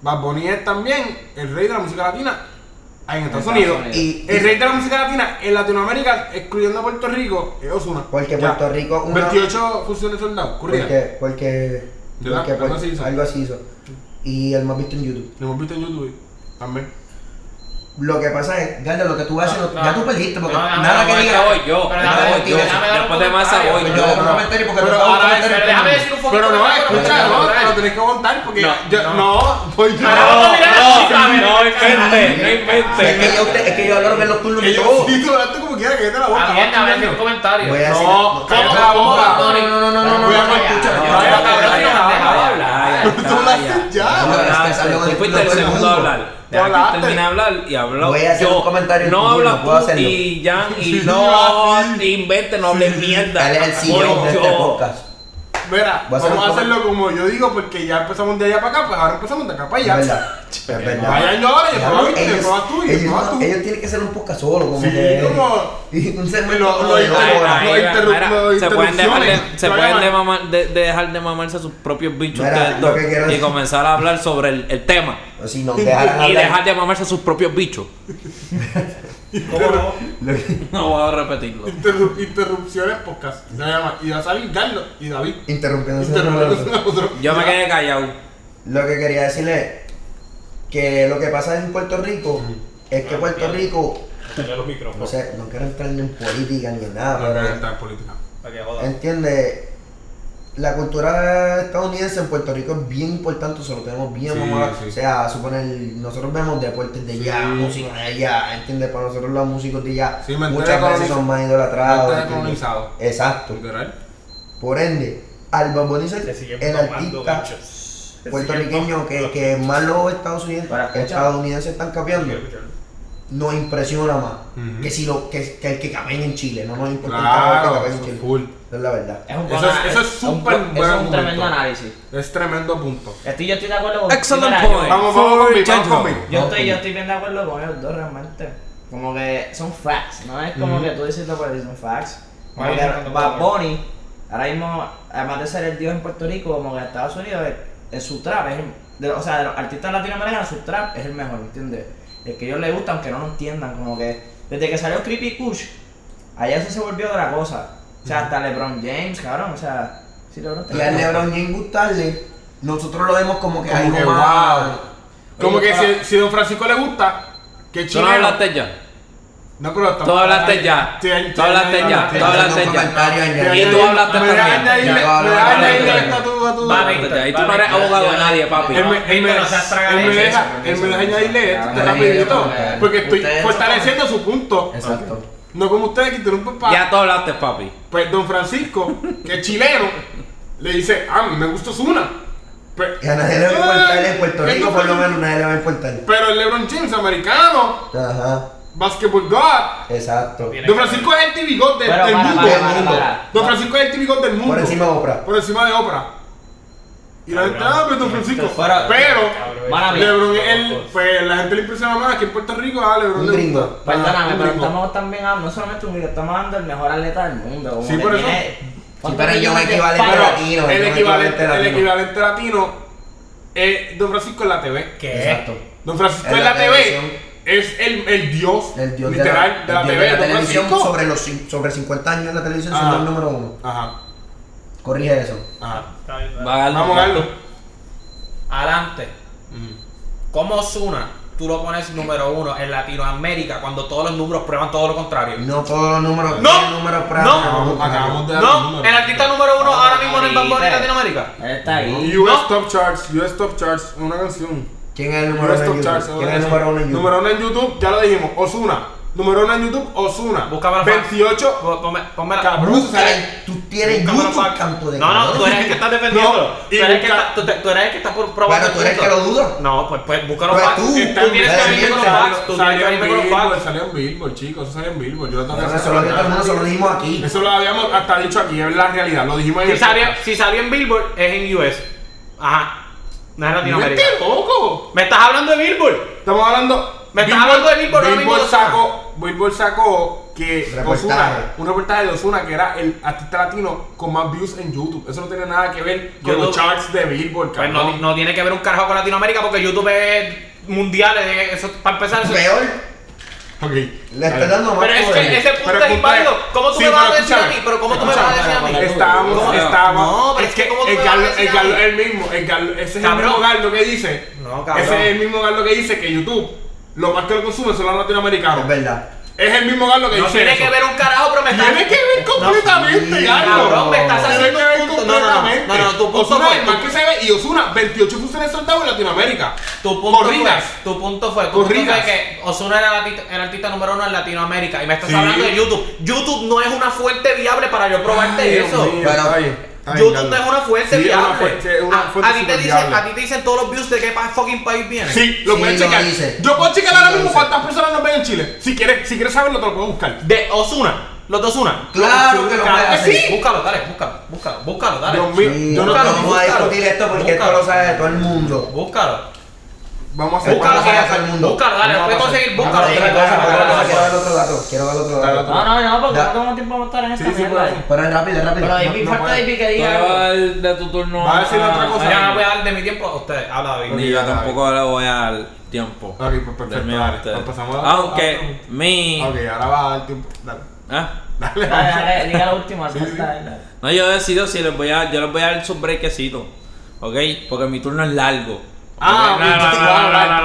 Speaker 4: Bad Bunny es también el rey de la música latina en Estados Unidos.
Speaker 2: Y,
Speaker 4: El rey de la música latina en Latinoamérica, excluyendo a Puerto Rico, es Osuna.
Speaker 2: Porque Puerto Rico, una-
Speaker 4: 28 funciones soldados, corrida.
Speaker 2: Porque, porque,
Speaker 4: ¿Verdad?
Speaker 2: porque
Speaker 4: Algo
Speaker 2: por-
Speaker 4: así hizo.
Speaker 2: algo así hizo. Y el más visto en YouTube.
Speaker 4: Lo hemos visto en YouTube también.
Speaker 2: Lo que pasa es, Garda, lo que tú haces, lo-
Speaker 1: No,
Speaker 2: ya
Speaker 1: no.
Speaker 2: tú perdiste, porque
Speaker 1: No, no,
Speaker 2: nada
Speaker 1: no,
Speaker 2: que
Speaker 1: no,
Speaker 2: diga.
Speaker 3: Ya voy yo.
Speaker 1: Pero
Speaker 3: ya
Speaker 2: dame-
Speaker 3: voy yo.
Speaker 1: dame- dame dar un
Speaker 3: Después de masa
Speaker 1: comentario,
Speaker 3: voy
Speaker 2: Pues
Speaker 1: pero
Speaker 2: yo
Speaker 3: yo.
Speaker 2: no
Speaker 4: no.
Speaker 2: me meteré porque
Speaker 4: Pero
Speaker 2: no estaba
Speaker 4: ahora,
Speaker 2: comentario
Speaker 1: pero
Speaker 2: en
Speaker 1: déjame
Speaker 2: el
Speaker 1: decir un poco
Speaker 4: Pero no,
Speaker 1: de-
Speaker 4: escucha, no, lo tenés que aguantar porque
Speaker 3: No,
Speaker 4: yo, no. voy yo.
Speaker 3: No,
Speaker 1: No,
Speaker 3: no inventes, no
Speaker 2: mundo. es que
Speaker 3: inventes.
Speaker 2: yo, usted- es que yo hablo de los turnos
Speaker 4: Que
Speaker 2: de
Speaker 4: yo
Speaker 2: todo.
Speaker 4: sí, tú hablaste como quieras, que yo te la boca.
Speaker 1: Ah, bien, dame decir un comentario.
Speaker 2: Voy a decir-
Speaker 4: No, cállate
Speaker 1: ¿Cómo?
Speaker 4: la
Speaker 1: ¿Cómo,
Speaker 4: boca.
Speaker 1: Bad Bunny?
Speaker 2: no, no, no, no,
Speaker 4: Voy a
Speaker 2: no,
Speaker 4: hablar,
Speaker 2: ya,
Speaker 4: escucha,
Speaker 2: no,
Speaker 4: cállate la
Speaker 2: ya, ya,
Speaker 4: boca.
Speaker 1: ya, ya.
Speaker 4: Tú hablaste ya.
Speaker 2: No, Ah, es que
Speaker 3: Hablaste,
Speaker 2: salió
Speaker 3: tú
Speaker 2: del
Speaker 3: fuiste el
Speaker 2: culo todo el
Speaker 3: segundo a
Speaker 2: mundo.
Speaker 3: hablar.
Speaker 4: Ya hablaste.
Speaker 3: Terminé de hablar y habló.
Speaker 2: Voy a hacer
Speaker 3: yo.
Speaker 2: un comentario en tu
Speaker 3: No
Speaker 2: culo,
Speaker 3: hablas
Speaker 2: puedo
Speaker 3: tú
Speaker 2: hacerlo.
Speaker 3: y Jan y
Speaker 4: Sí,
Speaker 3: no
Speaker 4: sí.
Speaker 3: inventes, no hables mierda.
Speaker 2: Él es el
Speaker 3: Voy
Speaker 2: CEO de este
Speaker 3: yo.
Speaker 2: podcast.
Speaker 4: Mira,
Speaker 2: Voy a hacer
Speaker 4: vamos a
Speaker 2: un poco-
Speaker 4: hacerlo como yo digo, porque ya empezamos de allá para acá, pues ahora empezamos de acá para
Speaker 2: Es
Speaker 4: allá.
Speaker 2: verdad. Es verdad.
Speaker 4: Vayan yo ahora, yo
Speaker 2: Claro,
Speaker 4: pruebo tú, yo
Speaker 2: ellos-
Speaker 4: pruebo tú, yo
Speaker 2: ellos-
Speaker 4: pruebo tú.
Speaker 2: Ellos tienen que ser un podcast solo, como
Speaker 4: Sí,
Speaker 2: que.
Speaker 4: como-
Speaker 2: Y un
Speaker 4: Lo-
Speaker 2: segmento
Speaker 4: lo-
Speaker 2: como
Speaker 4: lo-
Speaker 2: de dos horas.
Speaker 4: lo-
Speaker 3: Mira,
Speaker 4: interru-
Speaker 3: mira,
Speaker 4: lo-
Speaker 3: se pueden dejar de,
Speaker 4: interrupciones,
Speaker 3: se pueden
Speaker 4: todavía
Speaker 3: de
Speaker 4: más.
Speaker 3: mamar- de- de dejar de mamarse a sus propios bichos
Speaker 2: Mira,
Speaker 3: ustedes
Speaker 2: lo
Speaker 3: dos
Speaker 2: que quiero
Speaker 3: y
Speaker 2: decir-
Speaker 3: comenzar a hablar sobre el, el tema
Speaker 2: Si nos dejaran
Speaker 3: y
Speaker 2: hablar-
Speaker 3: dejar de mamarse a sus propios bichos.
Speaker 1: ¿Cómo no?
Speaker 2: lo que-
Speaker 3: No voy a repetirlo.
Speaker 4: Interru- interrupciones podcast. Se llama. Y va a salir Carlos y David.
Speaker 2: Interrumpiéndose.
Speaker 4: Interrumpiéndose nosotros.
Speaker 3: Yo me quedé callado.
Speaker 2: Lo que quería decirle que lo que pasa en Puerto Rico es que Puerto Rico,
Speaker 1: Tener los
Speaker 2: no
Speaker 1: micrófonos.
Speaker 2: sé, no quiero entrar en política ni en nada,
Speaker 4: No, no,
Speaker 2: pero
Speaker 4: está en política.
Speaker 1: Para que joda.
Speaker 2: entiende la cultura estadounidense en Puerto Rico es bien importante se lo tenemos bien
Speaker 4: Sí,
Speaker 2: mamado.
Speaker 4: sí.
Speaker 2: o sea suponer nosotros vemos deportes de allá
Speaker 4: Sí.
Speaker 2: música de allá entiende para nosotros los músicos de allá
Speaker 4: Sí, mente
Speaker 2: muchas veces
Speaker 4: coloniz-
Speaker 2: son más idolatrados
Speaker 4: mente
Speaker 2: ¿entiendes?
Speaker 4: colonizado.
Speaker 2: exacto
Speaker 4: Literal.
Speaker 2: por ende al Babonizar
Speaker 1: Se siguen
Speaker 2: el
Speaker 1: mamando
Speaker 2: artista
Speaker 1: bichos. Se siguen
Speaker 2: puertorriqueño que,
Speaker 1: mamando.
Speaker 2: que más los Estados Unidos
Speaker 5: Para escuchar.
Speaker 2: estadounidenses están capeando nos impresiona más
Speaker 4: Ujú.
Speaker 2: que si lo que, que el que capeen en Chile no nos importa el que
Speaker 4: Claro,
Speaker 2: capeen en Chile
Speaker 4: full.
Speaker 2: Esa es la verdad
Speaker 5: Es un
Speaker 4: Eso
Speaker 5: buen-
Speaker 4: es- eso es
Speaker 5: un
Speaker 4: súper
Speaker 5: buen-
Speaker 4: buen
Speaker 5: Eso es un
Speaker 4: argumento.
Speaker 5: tremendo análisis.
Speaker 4: Es tremendo punto.
Speaker 5: Estoy, yo estoy de acuerdo con
Speaker 3: Excellent
Speaker 5: mira, yo-
Speaker 3: point.
Speaker 4: Vamos,
Speaker 3: For
Speaker 4: vamos conmigo, vamos
Speaker 3: gentlemen.
Speaker 4: conmigo.
Speaker 5: Yo
Speaker 2: No,
Speaker 5: estoy,
Speaker 2: como-
Speaker 5: yo estoy bien de acuerdo con ellos dos realmente. Como que son facts, no es como que tú decirlo por decir son facts. Como
Speaker 1: Ahí
Speaker 5: que
Speaker 1: está todo
Speaker 5: Bad
Speaker 1: bien.
Speaker 5: Bunny, ahora mismo, además de ser el dios en Puerto Rico, como que en Estados Unidos, es- en su trap, es el- de- o sea, de los artistas latinoamericanos, su trap es el mejor, ¿entiendes? El que a ellos les gusta, aunque no lo entiendan, como que desde que salió Creepy Kush, allá eso se volvió otra cosa. O sea, hasta LeBron James, cabrón, o sea, si LeBron
Speaker 2: Y al LeBron James gustarle, nosotros lo vemos como que
Speaker 4: Como
Speaker 2: algo
Speaker 4: que
Speaker 2: más.
Speaker 4: wow. Como que si, si Don Francisco le gusta, que
Speaker 3: Tú
Speaker 4: chino.
Speaker 3: no hablaste ya.
Speaker 4: No, pero
Speaker 3: Tú hablaste ya.
Speaker 4: Sí, sí,
Speaker 3: Tú hablaste
Speaker 4: sí,
Speaker 3: ya.
Speaker 4: sí,
Speaker 3: Tú
Speaker 4: sí.
Speaker 3: hablaste
Speaker 2: Tengo un
Speaker 3: ya.
Speaker 2: comentario
Speaker 4: Sí,
Speaker 2: añadido.
Speaker 4: sí,
Speaker 3: Y tú
Speaker 4: sí.
Speaker 3: hablaste
Speaker 4: Me dejas
Speaker 3: también.
Speaker 4: de irle-
Speaker 2: Ya, va,
Speaker 4: me
Speaker 2: va,
Speaker 4: dejas
Speaker 2: va,
Speaker 4: de irle
Speaker 2: va,
Speaker 4: esto
Speaker 1: va.
Speaker 4: tú, a tú, a
Speaker 1: Vale.
Speaker 4: tú.
Speaker 3: Hablaste ya. Y tú no eres
Speaker 1: Vale,
Speaker 3: abogado de
Speaker 1: ya.
Speaker 3: nadie, papi.
Speaker 4: Él me, él me,
Speaker 1: Víctor, no seas tragadero.
Speaker 4: él me deja, él me deja añadirle esto,
Speaker 5: Claro,
Speaker 4: rapidito,
Speaker 5: claro.
Speaker 4: porque estoy
Speaker 2: Ustedes no
Speaker 4: fortaleciendo su punto.
Speaker 2: Exacto.
Speaker 4: No como ustedes que interrumpen para.
Speaker 3: Ya tú hablaste, papi.
Speaker 4: Pues don Francisco, que es chileno, le dice, a mí me gusta Pues, eh, Zuna. Pero,
Speaker 2: Y a nadie le va a importar en Puerto
Speaker 4: Ay,
Speaker 2: Rico,
Speaker 4: esto
Speaker 2: por lo
Speaker 4: fue-
Speaker 2: menos nadie le va a importar.
Speaker 4: pero el LeBron James, americano,
Speaker 2: Ajá,
Speaker 4: basketball god.
Speaker 2: exacto.
Speaker 1: Tiene
Speaker 4: Don
Speaker 1: que-
Speaker 4: Francisco es el TV God de-
Speaker 5: Pero
Speaker 4: del
Speaker 5: para,
Speaker 4: mundo.
Speaker 5: para,
Speaker 4: Del
Speaker 5: para,
Speaker 4: mundo.
Speaker 5: para.
Speaker 4: Don Francisco es el TV God del mundo.
Speaker 2: Por encima de Oprah.
Speaker 4: Por encima de Oprah. Y la gente, ah, pero Don Francisco.
Speaker 5: Fuera-
Speaker 4: Pero,
Speaker 5: Mala mía.
Speaker 4: LeBron es el. Pues la gente le impresiona más que en Puerto Rico, ah, LeBron
Speaker 2: Un
Speaker 4: le
Speaker 2: gringo.
Speaker 4: gusta. Ah, un
Speaker 5: Perdóname, pero
Speaker 4: gringo.
Speaker 5: estamos también hablando, no solamente un video, estamos hablando del mejor atleta del mundo. Como
Speaker 4: Sí,
Speaker 5: que
Speaker 4: por eso.
Speaker 5: tiene-
Speaker 2: Sí, pero yo me equivale
Speaker 5: Pero-
Speaker 2: pero latino.
Speaker 4: el
Speaker 2: yo me
Speaker 4: equivalente, el
Speaker 2: latino.
Speaker 4: equivalente latino es Don Francisco en la TV.
Speaker 1: ¿Qué?
Speaker 2: Exacto.
Speaker 4: Don Francisco
Speaker 2: En
Speaker 4: en
Speaker 2: la
Speaker 4: la TV
Speaker 2: televisión.
Speaker 4: es el, el dios,
Speaker 2: El dios
Speaker 4: literal de la,
Speaker 2: el dios
Speaker 4: TV.
Speaker 2: de la
Speaker 4: Don
Speaker 2: televisión
Speaker 4: Francisco.
Speaker 2: sobre los cin- sobre 50 años en la televisión
Speaker 4: Ah.
Speaker 2: siendo el número uno.
Speaker 4: Ajá,
Speaker 2: Corrige eso.
Speaker 4: ajá.
Speaker 1: Está bien, dale.
Speaker 3: Va a darle.
Speaker 4: Vamos a verlo.
Speaker 1: Adelante.
Speaker 4: Mm.
Speaker 1: ¿Cómo Osuna tú lo pones número uno en Latinoamérica cuando todos los números prueban todo lo contrario?
Speaker 2: No todos los números.
Speaker 1: No,
Speaker 2: todos los números para-
Speaker 1: no,
Speaker 4: Acabamos, acabamos de dar los
Speaker 1: No,
Speaker 4: números.
Speaker 1: el artista número uno
Speaker 5: No,
Speaker 1: ahora mismo no es Bad Bunny en
Speaker 5: ahorita.
Speaker 1: Latinoamérica.
Speaker 5: Él está ahí.
Speaker 4: US
Speaker 1: No.
Speaker 4: Top Charts, US Top Charts, una canción.
Speaker 2: ¿Quién es el número
Speaker 4: US
Speaker 2: uno en
Speaker 4: Top Charts,
Speaker 2: YouTube? ¿Quién es el
Speaker 4: una
Speaker 2: número uno en
Speaker 4: canción.
Speaker 2: YouTube?
Speaker 4: Número uno en YouTube, ya lo dijimos, Osuna. Número uno en YouTube, Osuna.
Speaker 1: Busca para
Speaker 4: 28.
Speaker 1: Po- ponme- Pónmela.
Speaker 4: Cabrón,
Speaker 2: Bruce,
Speaker 4: o sea,
Speaker 2: tú tienes
Speaker 1: Nunca me lo
Speaker 2: YouTube
Speaker 1: saca.
Speaker 2: canto de
Speaker 1: No, no,
Speaker 2: cabrón.
Speaker 1: tú eres el que estás defendiéndolo.
Speaker 4: No,
Speaker 1: tú,
Speaker 4: y
Speaker 1: eres el que
Speaker 4: busca-
Speaker 1: está, tú, te- tú eres el que está por probando.
Speaker 2: Bueno, tú eres el
Speaker 1: punto.
Speaker 2: que lo duda.
Speaker 1: No, pues, pues busca los
Speaker 2: Pues
Speaker 1: facts.
Speaker 2: tú,
Speaker 1: Tú
Speaker 2: tú
Speaker 1: tienes que
Speaker 2: eres
Speaker 1: venir
Speaker 2: el
Speaker 1: con los
Speaker 2: que
Speaker 1: facts. Tú tienes
Speaker 4: salió
Speaker 1: que
Speaker 4: en
Speaker 1: venir con los
Speaker 4: Billboard,
Speaker 1: facts.
Speaker 4: salió en Billboard, chicos, eso salió en Billboard. Yo lo tengo que
Speaker 2: Pero
Speaker 4: hacer.
Speaker 2: Eso lo que todo el mundo se lo dijimos aquí.
Speaker 4: Eso lo habíamos hasta dicho aquí, es la realidad, lo dijimos en
Speaker 1: Si
Speaker 4: el
Speaker 1: salió,
Speaker 4: podcast.
Speaker 1: si salió en Billboard, es en US. Ajá. No es en Latinoamérica.
Speaker 4: ¡Vete loco!
Speaker 1: ¿Me estás hablando de Billboard?
Speaker 4: Estamos hablando.
Speaker 1: Me estás hablando de Billboard ahora mismo,
Speaker 4: Billboard
Speaker 1: Ozuna.
Speaker 4: sacó, Billboard sacó que
Speaker 2: Reportaje.
Speaker 4: Ozuna, un reportaje de Osuna que era el artista latino con más views en YouTube. Eso no tiene nada que ver con
Speaker 1: YouTube.
Speaker 4: los charts de Billboard,
Speaker 1: Pues no,
Speaker 4: cabrón.
Speaker 1: no tiene que ver un carajo con Latinoamérica porque YouTube es mundial. es- eso, para empezar, eso,
Speaker 2: Peor,
Speaker 4: Ok.
Speaker 2: le
Speaker 4: Dale.
Speaker 2: está dando más
Speaker 1: Pero es que
Speaker 2: poder.
Speaker 1: ese Este punto
Speaker 4: Pero
Speaker 1: es inválido.
Speaker 4: punto es-
Speaker 1: ¿Cómo tú
Speaker 4: Sí,
Speaker 1: me vas a
Speaker 4: pero
Speaker 1: decir a mí?
Speaker 4: escúchame,
Speaker 1: ¿Pero cómo tú me vas a decir a mí?
Speaker 5: escúchame,
Speaker 4: Estábamos,
Speaker 1: ¿Cómo?
Speaker 4: estábamos.
Speaker 1: No, pero es que ¿cómo tú
Speaker 4: el
Speaker 1: me
Speaker 4: Carlos,
Speaker 1: vas a
Speaker 4: el
Speaker 1: decir a mí?
Speaker 4: Carlos, el mismo, el Carlos, ese es el
Speaker 1: Cabrón.
Speaker 4: mismo Carlos que dice.
Speaker 1: No, cabrón.
Speaker 4: Ese es el mismo Carlos que dice que YouTube, lo más que lo consume son los
Speaker 2: Es
Speaker 4: latinoamericanos.
Speaker 2: verdad.
Speaker 4: Es el mismo Carlos que
Speaker 1: No
Speaker 4: dice.
Speaker 1: tiene
Speaker 4: eso.
Speaker 1: que ver un carajo, pero me estás.
Speaker 4: Tiene que ver completamente,
Speaker 2: sí,
Speaker 4: Carlos.
Speaker 1: Cabrón, me estás
Speaker 4: Tiene
Speaker 1: haciendo
Speaker 4: que ver
Speaker 1: un punto. No, no, no, no, no, tu punto
Speaker 4: Ozuna,
Speaker 1: fue-
Speaker 4: el más que se ve, y Osuna, 28 funciones soldados en Latinoamérica.
Speaker 1: Tu punto
Speaker 4: Corridas.
Speaker 1: fue, tu punto fue, tu punto fue
Speaker 4: Corridas.
Speaker 1: que Ozuna era el artista, el artista número uno en Latinoamérica y me estás
Speaker 4: Sí.
Speaker 1: hablando de YouTube. YouTube no es una fuente viable para yo probarte
Speaker 4: Ay, Dios
Speaker 1: eso.
Speaker 4: mío,
Speaker 2: Pero-
Speaker 4: está bien, está bien,
Speaker 1: YouTube no es
Speaker 4: Carlos.
Speaker 1: una fuente
Speaker 4: Sí, es una
Speaker 1: viable.
Speaker 4: fuente- una
Speaker 1: A-
Speaker 4: fuente
Speaker 1: a, ti te dicen,
Speaker 4: superviable.
Speaker 1: a ti te dicen todos los views de qué pa- fucking país viene.
Speaker 4: Sí, lo
Speaker 2: Sí,
Speaker 4: puedes
Speaker 2: lo
Speaker 4: checar.
Speaker 2: dice.
Speaker 4: Yo puedo checar
Speaker 2: Sí,
Speaker 4: ahora
Speaker 2: lo
Speaker 4: mismo
Speaker 2: dice.
Speaker 4: cuántas personas nos ven en Chile. Si quieres, si quieres saberlo, te lo puedo buscar.
Speaker 1: De Ozuna.
Speaker 4: Los dos una.
Speaker 2: Claro que lo puede hacer.
Speaker 4: Ah, Sí.
Speaker 1: Búscalo, dale, búscalo, búscalo, búscalo, dale.
Speaker 4: Dios mío.
Speaker 2: Sí,
Speaker 4: Yo no
Speaker 2: no
Speaker 4: tengo-
Speaker 2: vamos a
Speaker 1: búscalo,
Speaker 2: discutir esto porque esto
Speaker 1: búscalo.
Speaker 2: lo sabe todo el mundo.
Speaker 1: Búscalo.
Speaker 4: Vamos a hacer
Speaker 1: Búscalo,
Speaker 2: Vamos a
Speaker 1: dale,
Speaker 2: pasar al mundo.
Speaker 1: búscalo, dale,
Speaker 4: Vamos a
Speaker 1: puedes
Speaker 4: pasar.
Speaker 1: conseguir,
Speaker 2: Vamos a
Speaker 1: búscalo.
Speaker 2: otra
Speaker 1: dime, dame,
Speaker 2: cosa, quiero
Speaker 1: dame,
Speaker 2: dar
Speaker 1: dame,
Speaker 2: quiero dar
Speaker 1: dame.
Speaker 2: otro dato, quiero dar otro
Speaker 4: Dale,
Speaker 2: dato.
Speaker 4: otro.
Speaker 5: No, no, no, porque
Speaker 2: Da-
Speaker 5: no tengo tiempo de estar en esta
Speaker 4: Sí, sí,
Speaker 5: mierda.
Speaker 4: por eso.
Speaker 2: Pero es rápido, es rápido.
Speaker 5: Pero
Speaker 2: No,
Speaker 5: David,
Speaker 4: no
Speaker 5: falta
Speaker 4: puede.
Speaker 5: David que diga
Speaker 3: Todavía va a
Speaker 5: algo.
Speaker 3: dar de tu turno.
Speaker 4: Va a decir otra cosa.
Speaker 1: Ya no voy a dar de mi tiempo a ustedes. Habla, David.
Speaker 3: Ni yo tampoco le voy a dar tiempo.
Speaker 4: Ok, pues perfecto,
Speaker 3: Del mío a
Speaker 4: dale.
Speaker 3: ustedes.
Speaker 4: Pues pasamos a la- a la
Speaker 3: Aunque
Speaker 4: pregunta.
Speaker 3: mi.
Speaker 4: Ok, ahora va a dar tiempo. Dale.
Speaker 3: Ah,
Speaker 4: Dale.
Speaker 5: Dale, dale, diga la última.
Speaker 4: Sí,
Speaker 5: hasta-
Speaker 4: sí.
Speaker 5: dale.
Speaker 3: No, yo decido si les voy a. Yo les voy a dar su brequecito. ¿Ok? Porque mi turno es largo.
Speaker 4: Ah,
Speaker 3: Ok,
Speaker 4: pues, tú vas a hablar, tú vas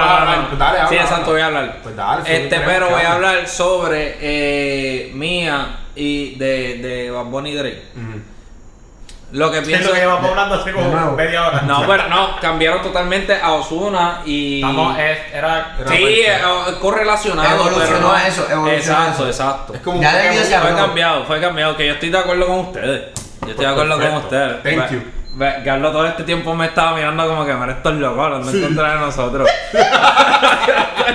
Speaker 4: a hablar. Pues dale,
Speaker 3: Sí,
Speaker 4: habla,
Speaker 3: exacto,
Speaker 4: habla.
Speaker 3: voy a hablar.
Speaker 4: Pues dale, sí,
Speaker 3: Este,
Speaker 4: tenemos
Speaker 3: pero
Speaker 4: que
Speaker 3: voy a
Speaker 4: hablar.
Speaker 3: hablar sobre eh, Mía y de, de Bad Bunny y Drake.
Speaker 4: Ujú.
Speaker 3: Lo que
Speaker 1: Es
Speaker 3: pienso.
Speaker 1: lo que llevamos hablando hace
Speaker 2: De
Speaker 1: como
Speaker 2: nuevo.
Speaker 1: media hora.
Speaker 3: No, pero no, cambiaron totalmente a Osuna y.
Speaker 1: Estamos, es- era.
Speaker 4: Era
Speaker 3: Sí,
Speaker 4: Roberto.
Speaker 3: eh, eh, correlacionado.
Speaker 2: Evolucionó
Speaker 3: pero no-
Speaker 2: a eso, evolucionó
Speaker 3: Exacto,
Speaker 2: a eso.
Speaker 3: exacto.
Speaker 4: Es como
Speaker 2: Ya
Speaker 4: un
Speaker 2: le
Speaker 4: Pokémon.
Speaker 2: dio ese-
Speaker 3: Fue
Speaker 2: cabrón.
Speaker 3: cambiado, fue cambiado. Que yo estoy de acuerdo con ustedes. Yo estoy de acuerdo con
Speaker 4: Perfecto.
Speaker 3: ustedes.
Speaker 4: Thank
Speaker 3: Ve-
Speaker 4: you.
Speaker 3: ve, Carlos todo este tiempo me estaba mirando como que mira estos locos hablando en contra de nosotros.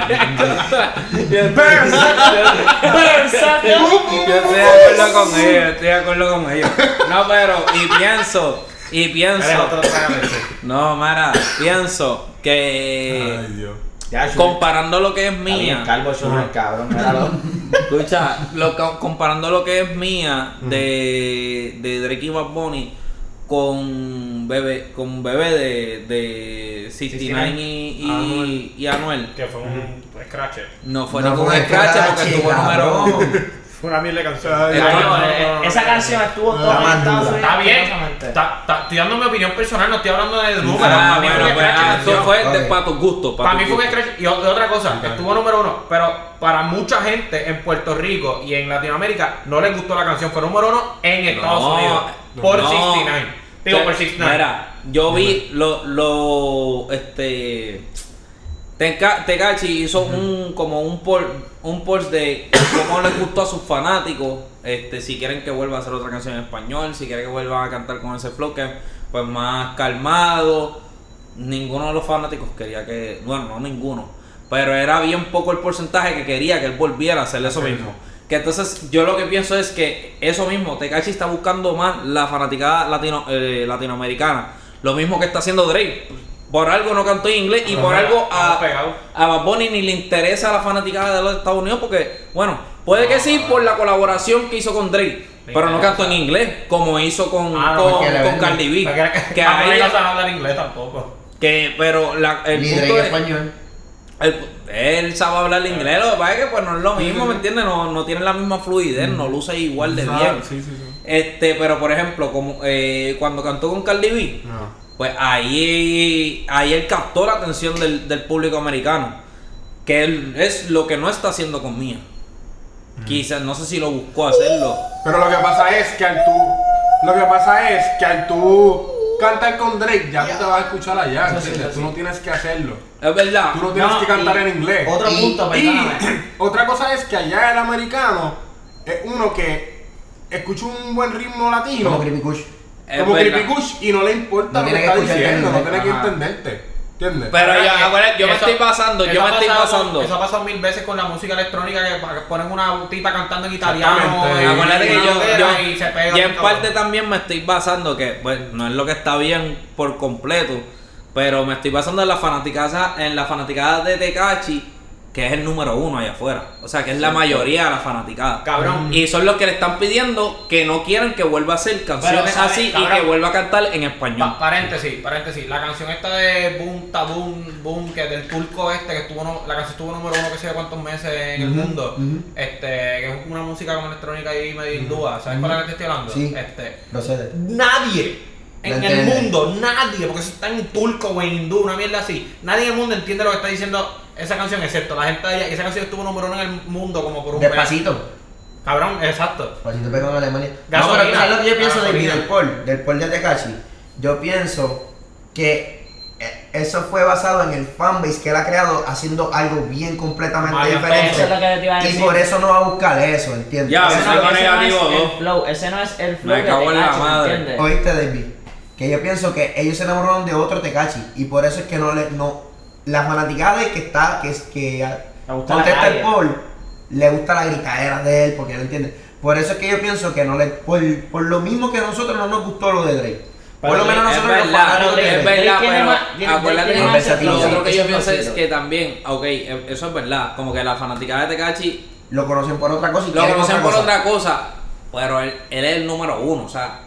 Speaker 3: Y estoy- yo estoy de acuerdo con ellos, estoy de acuerdo con ellos. No, pero, y pienso, y
Speaker 1: Eres
Speaker 3: pienso.
Speaker 1: otro trágame.
Speaker 3: No, Mara, pienso que
Speaker 4: Ay, Dios.
Speaker 5: Ya, Shuri.
Speaker 3: comparando lo que es
Speaker 5: Está bien
Speaker 3: mía.
Speaker 5: calvo, Shuri, cabrón. míralo.
Speaker 3: Escucha, lo ca- comparando lo que es mía de, de Drake y Bad Bunny con bebé, con bebé de, de 69
Speaker 1: Ah,
Speaker 3: y, y, y Anuel.
Speaker 1: Que fue un scratcher.
Speaker 3: No fue
Speaker 2: No
Speaker 3: ningún
Speaker 2: fue
Speaker 3: scratch porque
Speaker 2: scratch,
Speaker 3: estuvo número
Speaker 2: cabrón.
Speaker 3: uno.
Speaker 1: Fue una mierda de canción.
Speaker 4: Ay,
Speaker 3: Está
Speaker 5: Cabrón,
Speaker 3: no,
Speaker 5: eh, Esa canción estuvo
Speaker 4: No,
Speaker 5: todo
Speaker 2: más
Speaker 5: en Estados
Speaker 2: dura.
Speaker 5: Unidos.
Speaker 1: Está bien,
Speaker 5: curiosamente.
Speaker 1: está- está- estoy dando mi opinión personal, no estoy hablando de números.
Speaker 3: Ah,
Speaker 1: para mí
Speaker 3: bueno,
Speaker 1: fue un
Speaker 3: pues,
Speaker 1: scratch
Speaker 3: ah,
Speaker 1: de
Speaker 3: eso
Speaker 1: canción.
Speaker 3: fue
Speaker 2: Ok.
Speaker 3: de, para tus gustos.
Speaker 1: Para mí fue un
Speaker 3: tus gustos.
Speaker 1: scratch y o- otra cosa,
Speaker 4: Sí, claro.
Speaker 1: estuvo número uno, pero para mucha gente en Puerto Rico y en Latinoamérica no les gustó la canción, fue número uno en Estados
Speaker 3: No,
Speaker 1: Unidos, por
Speaker 3: no.
Speaker 1: 69, digo
Speaker 3: Que-
Speaker 1: por 69.
Speaker 3: Mira, yo vi lo, lo, este, Tenka- Tecachi hizo un, como un por, un post de cómo les gustó a sus fanáticos, este, si quieren que vuelva a hacer otra canción en español, si quieren que vuelvan a cantar con ese flow que es, pues más calmado, ninguno de los fanáticos quería que, bueno, no ninguno, pero era bien poco el porcentaje que quería que él volviera a hacer eso
Speaker 4: Hacer
Speaker 3: mismo.
Speaker 4: eso.
Speaker 3: Que entonces yo lo que pienso es que eso mismo, Tekashi está buscando más la fanaticada latino, eh, latinoamericana. Lo mismo que está haciendo Drake. Por algo no cantó en inglés y por
Speaker 1: Ajá,
Speaker 3: algo
Speaker 1: estamos
Speaker 3: a,
Speaker 1: pegados.
Speaker 3: a Bad Bunny ni le interesa la fanaticada de los Estados Unidos porque, bueno, puede que sí por la colaboración que hizo con Drake,
Speaker 1: Me
Speaker 3: pero no
Speaker 1: interesa.
Speaker 3: cantó en inglés como hizo con,
Speaker 1: Ah, no,
Speaker 3: con,
Speaker 2: porque le
Speaker 3: con
Speaker 2: venden.
Speaker 3: Cardi B.
Speaker 1: Porque era que,
Speaker 3: Que
Speaker 1: que a mí
Speaker 3: ahí-
Speaker 1: no saben hablar inglés tampoco.
Speaker 3: que, pero la- el
Speaker 2: Ni
Speaker 3: punto
Speaker 2: Drake
Speaker 3: es-
Speaker 2: español.
Speaker 3: el- él sabe hablar inglés, lo que pasa es que pues no es lo mismo, ¿me entiendes? No, no tiene la misma fluidez, no luce igual de
Speaker 4: Ah,
Speaker 3: bien.
Speaker 4: Sí, sí, sí.
Speaker 3: Este, pero por ejemplo, como eh, cuando cantó con Cardi B,
Speaker 4: No.
Speaker 3: pues ahí, ahí él captó la atención del, del público americano. Que él es lo que no está haciendo con Mía. Quizás, no sé si lo buscó hacerlo.
Speaker 4: Pero lo que pasa es que al tú. Lo que pasa es que al tú cantar con Drake, ya tú te vas a escuchar allá.
Speaker 5: Eso sí,
Speaker 4: ¿entiendes?
Speaker 5: eso
Speaker 4: Tú
Speaker 5: sí.
Speaker 4: no tienes que hacerlo.
Speaker 3: Es verdad.
Speaker 4: Tú no tienes
Speaker 5: No,
Speaker 4: que cantar
Speaker 5: y-
Speaker 4: en inglés.
Speaker 5: Otro
Speaker 2: Y-
Speaker 5: punto, perdóname.
Speaker 4: Y otra cosa es que allá el americano es uno que escucha un buen ritmo latino.
Speaker 2: Como Creepy Kush.
Speaker 3: es
Speaker 4: como
Speaker 3: verdad.
Speaker 4: Creepy Kush y no le importa
Speaker 2: No
Speaker 4: lo que
Speaker 2: tiene
Speaker 4: está
Speaker 2: que escuchar
Speaker 4: diciendo, no
Speaker 2: inglés,
Speaker 4: tiene que
Speaker 1: ajá.
Speaker 4: entenderte. ¿Entiendes?
Speaker 3: Pero yo,
Speaker 1: Mira,
Speaker 3: abuela, yo me
Speaker 1: eso-
Speaker 3: estoy pasando, yo
Speaker 1: eso
Speaker 3: me
Speaker 1: ha
Speaker 3: estoy
Speaker 1: pasado-
Speaker 3: pasando.
Speaker 1: Eso ha pasado mil veces con la música electrónica que pa- ponen una tita cantando en italiano.
Speaker 4: Exactamente.
Speaker 1: en
Speaker 3: Acuérdate que
Speaker 1: una
Speaker 3: yo,
Speaker 1: bandera
Speaker 3: yo-
Speaker 1: y se pega
Speaker 3: yo
Speaker 1: bien
Speaker 3: en
Speaker 1: cabrón.
Speaker 3: parte también me estoy basando, que pues, no es lo que está bien por completo, pero me estoy basando en la fanaticada, en la fanaticada de Tecachi, que es el número uno allá afuera. O sea, que es la mayoría de la fanaticada.
Speaker 1: Cabrón.
Speaker 3: Y son los que le están pidiendo que no quieran que vuelva a hacer canciones
Speaker 1: ¿sabes,
Speaker 3: así y
Speaker 1: cabrón?
Speaker 3: que vuelva a cantar en español.
Speaker 1: Pa- paréntesis, paréntesis. La canción esta de Boom Taboom Boom, que es del turco este, que estuvo nu- la canción estuvo número uno que sé yo cuántos meses en el
Speaker 2: Ujú,
Speaker 1: mundo.
Speaker 2: ujú.
Speaker 1: Este, que es una música como electrónica y medio hindúa. ¿Sabes cuál es la que te estoy hablando?
Speaker 2: Sí.
Speaker 1: Este.
Speaker 2: No sé. de-
Speaker 1: Nadie
Speaker 2: No
Speaker 1: en el
Speaker 2: entiende.
Speaker 1: mundo, nadie, porque eso está en turco o en hindú, una mierda así. Nadie en el mundo entiende lo que está diciendo esa canción, excepto la gente de allá. Y esa canción estuvo número uno en el mundo como por un mes.
Speaker 2: Despacito.
Speaker 1: Cabrón, exacto.
Speaker 2: Despacito pegó en Alemania. No,
Speaker 1: Gasolina.
Speaker 2: pero ¿sabes lo que yo pienso de
Speaker 1: Gasolina.
Speaker 2: del Paul? Del Paul de Tekashi. Yo pienso que eh, eso fue basado en el fanbase que él ha creado haciendo algo bien completamente
Speaker 1: Mario
Speaker 2: diferente.
Speaker 1: Eso es
Speaker 5: lo que yo te iba a
Speaker 2: Y
Speaker 5: decir.
Speaker 2: por eso no va a buscar eso, ¿entiendes?
Speaker 3: Ya,
Speaker 2: Eso
Speaker 3: sí,
Speaker 2: es lo
Speaker 3: sí,
Speaker 5: ese
Speaker 2: que-
Speaker 5: no es
Speaker 3: negativo,
Speaker 5: el
Speaker 3: ¿no?
Speaker 5: flow, ese no es el flow
Speaker 3: Me
Speaker 5: de
Speaker 3: cago en la
Speaker 5: Tecachi,
Speaker 3: madre.
Speaker 5: ¿entiendes?
Speaker 2: Oíste, David, que yo pienso que ellos se enamoraron de otro Tecachi y por eso es que no le, no, la fanaticada de que está, que es que a-
Speaker 5: Le gusta la
Speaker 2: contesta
Speaker 5: calle.
Speaker 2: el Paul, le gusta la gritadera de él porque no entiende. Por eso es que yo pienso que no le. Por, por lo mismo que a nosotros no nos gustó lo de Drake. Por lo menos
Speaker 3: es
Speaker 2: nosotros los
Speaker 3: verdad,
Speaker 2: fanáticos de
Speaker 3: es
Speaker 2: Drake.
Speaker 3: verdad,
Speaker 5: tiene más-
Speaker 3: pero
Speaker 5: tiene-
Speaker 3: acuérdate
Speaker 5: tiene
Speaker 3: que
Speaker 2: más sentido,
Speaker 3: lo otro que yo
Speaker 5: sí,
Speaker 3: pienso es
Speaker 5: sí.
Speaker 3: que también, ok, eh, eso es verdad, como que la fanaticada de Tecachi
Speaker 2: Lo conocen por otra cosa y
Speaker 3: lo
Speaker 2: quieren
Speaker 3: conocen
Speaker 2: otra
Speaker 3: por
Speaker 2: cosa.
Speaker 3: otra cosa, pero él, él es el número uno, o sea,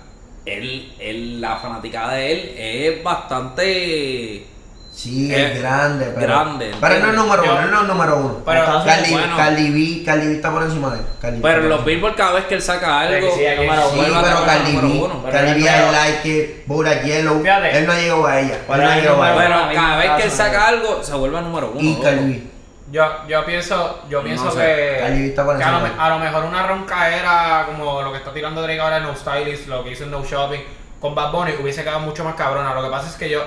Speaker 3: él, él, la fanaticada de él es bastante...
Speaker 2: Sí,
Speaker 3: Eh,
Speaker 2: es grande, pero.
Speaker 3: grande,
Speaker 2: Pero no es
Speaker 3: entiende.
Speaker 2: número uno,
Speaker 1: Yo-
Speaker 2: él no es número uno.
Speaker 1: Pero-
Speaker 2: Cali,
Speaker 3: bueno.
Speaker 2: Cali B, Cali B está por encima de él. Cali B.
Speaker 3: Pero en los Billboard cada vez que él saca algo...
Speaker 1: Sí, sí,
Speaker 5: número
Speaker 2: Sí,
Speaker 5: uno,
Speaker 3: vuelve a
Speaker 2: pero
Speaker 3: tocar el
Speaker 2: Cardi
Speaker 3: número uno,
Speaker 2: B,
Speaker 5: pero
Speaker 2: Cardi
Speaker 5: él
Speaker 2: B,
Speaker 5: no-
Speaker 2: I like it, Buddha Yellow,
Speaker 1: Fíjate.
Speaker 2: él no llegó a ella, él
Speaker 5: Pero
Speaker 2: no
Speaker 5: él
Speaker 2: llegó
Speaker 5: no-
Speaker 2: a ella.
Speaker 3: Pero
Speaker 5: Bueno,
Speaker 3: cada vez que él
Speaker 5: caso,
Speaker 3: saca algo, se vuelve número uno.
Speaker 2: Y
Speaker 3: loco.
Speaker 2: Cardi B.
Speaker 1: Yo, yo pienso, yo pienso
Speaker 3: sé,
Speaker 2: Cali
Speaker 1: que,
Speaker 2: está por
Speaker 1: que a, lo,
Speaker 2: encima.
Speaker 1: me- a lo mejor una ronca era como lo que está tirando Drake ahora en No Stylist, lo que hizo en No Shopping con Bad Bunny, hubiese quedado mucho más cabrona. Lo que pasa es que yo,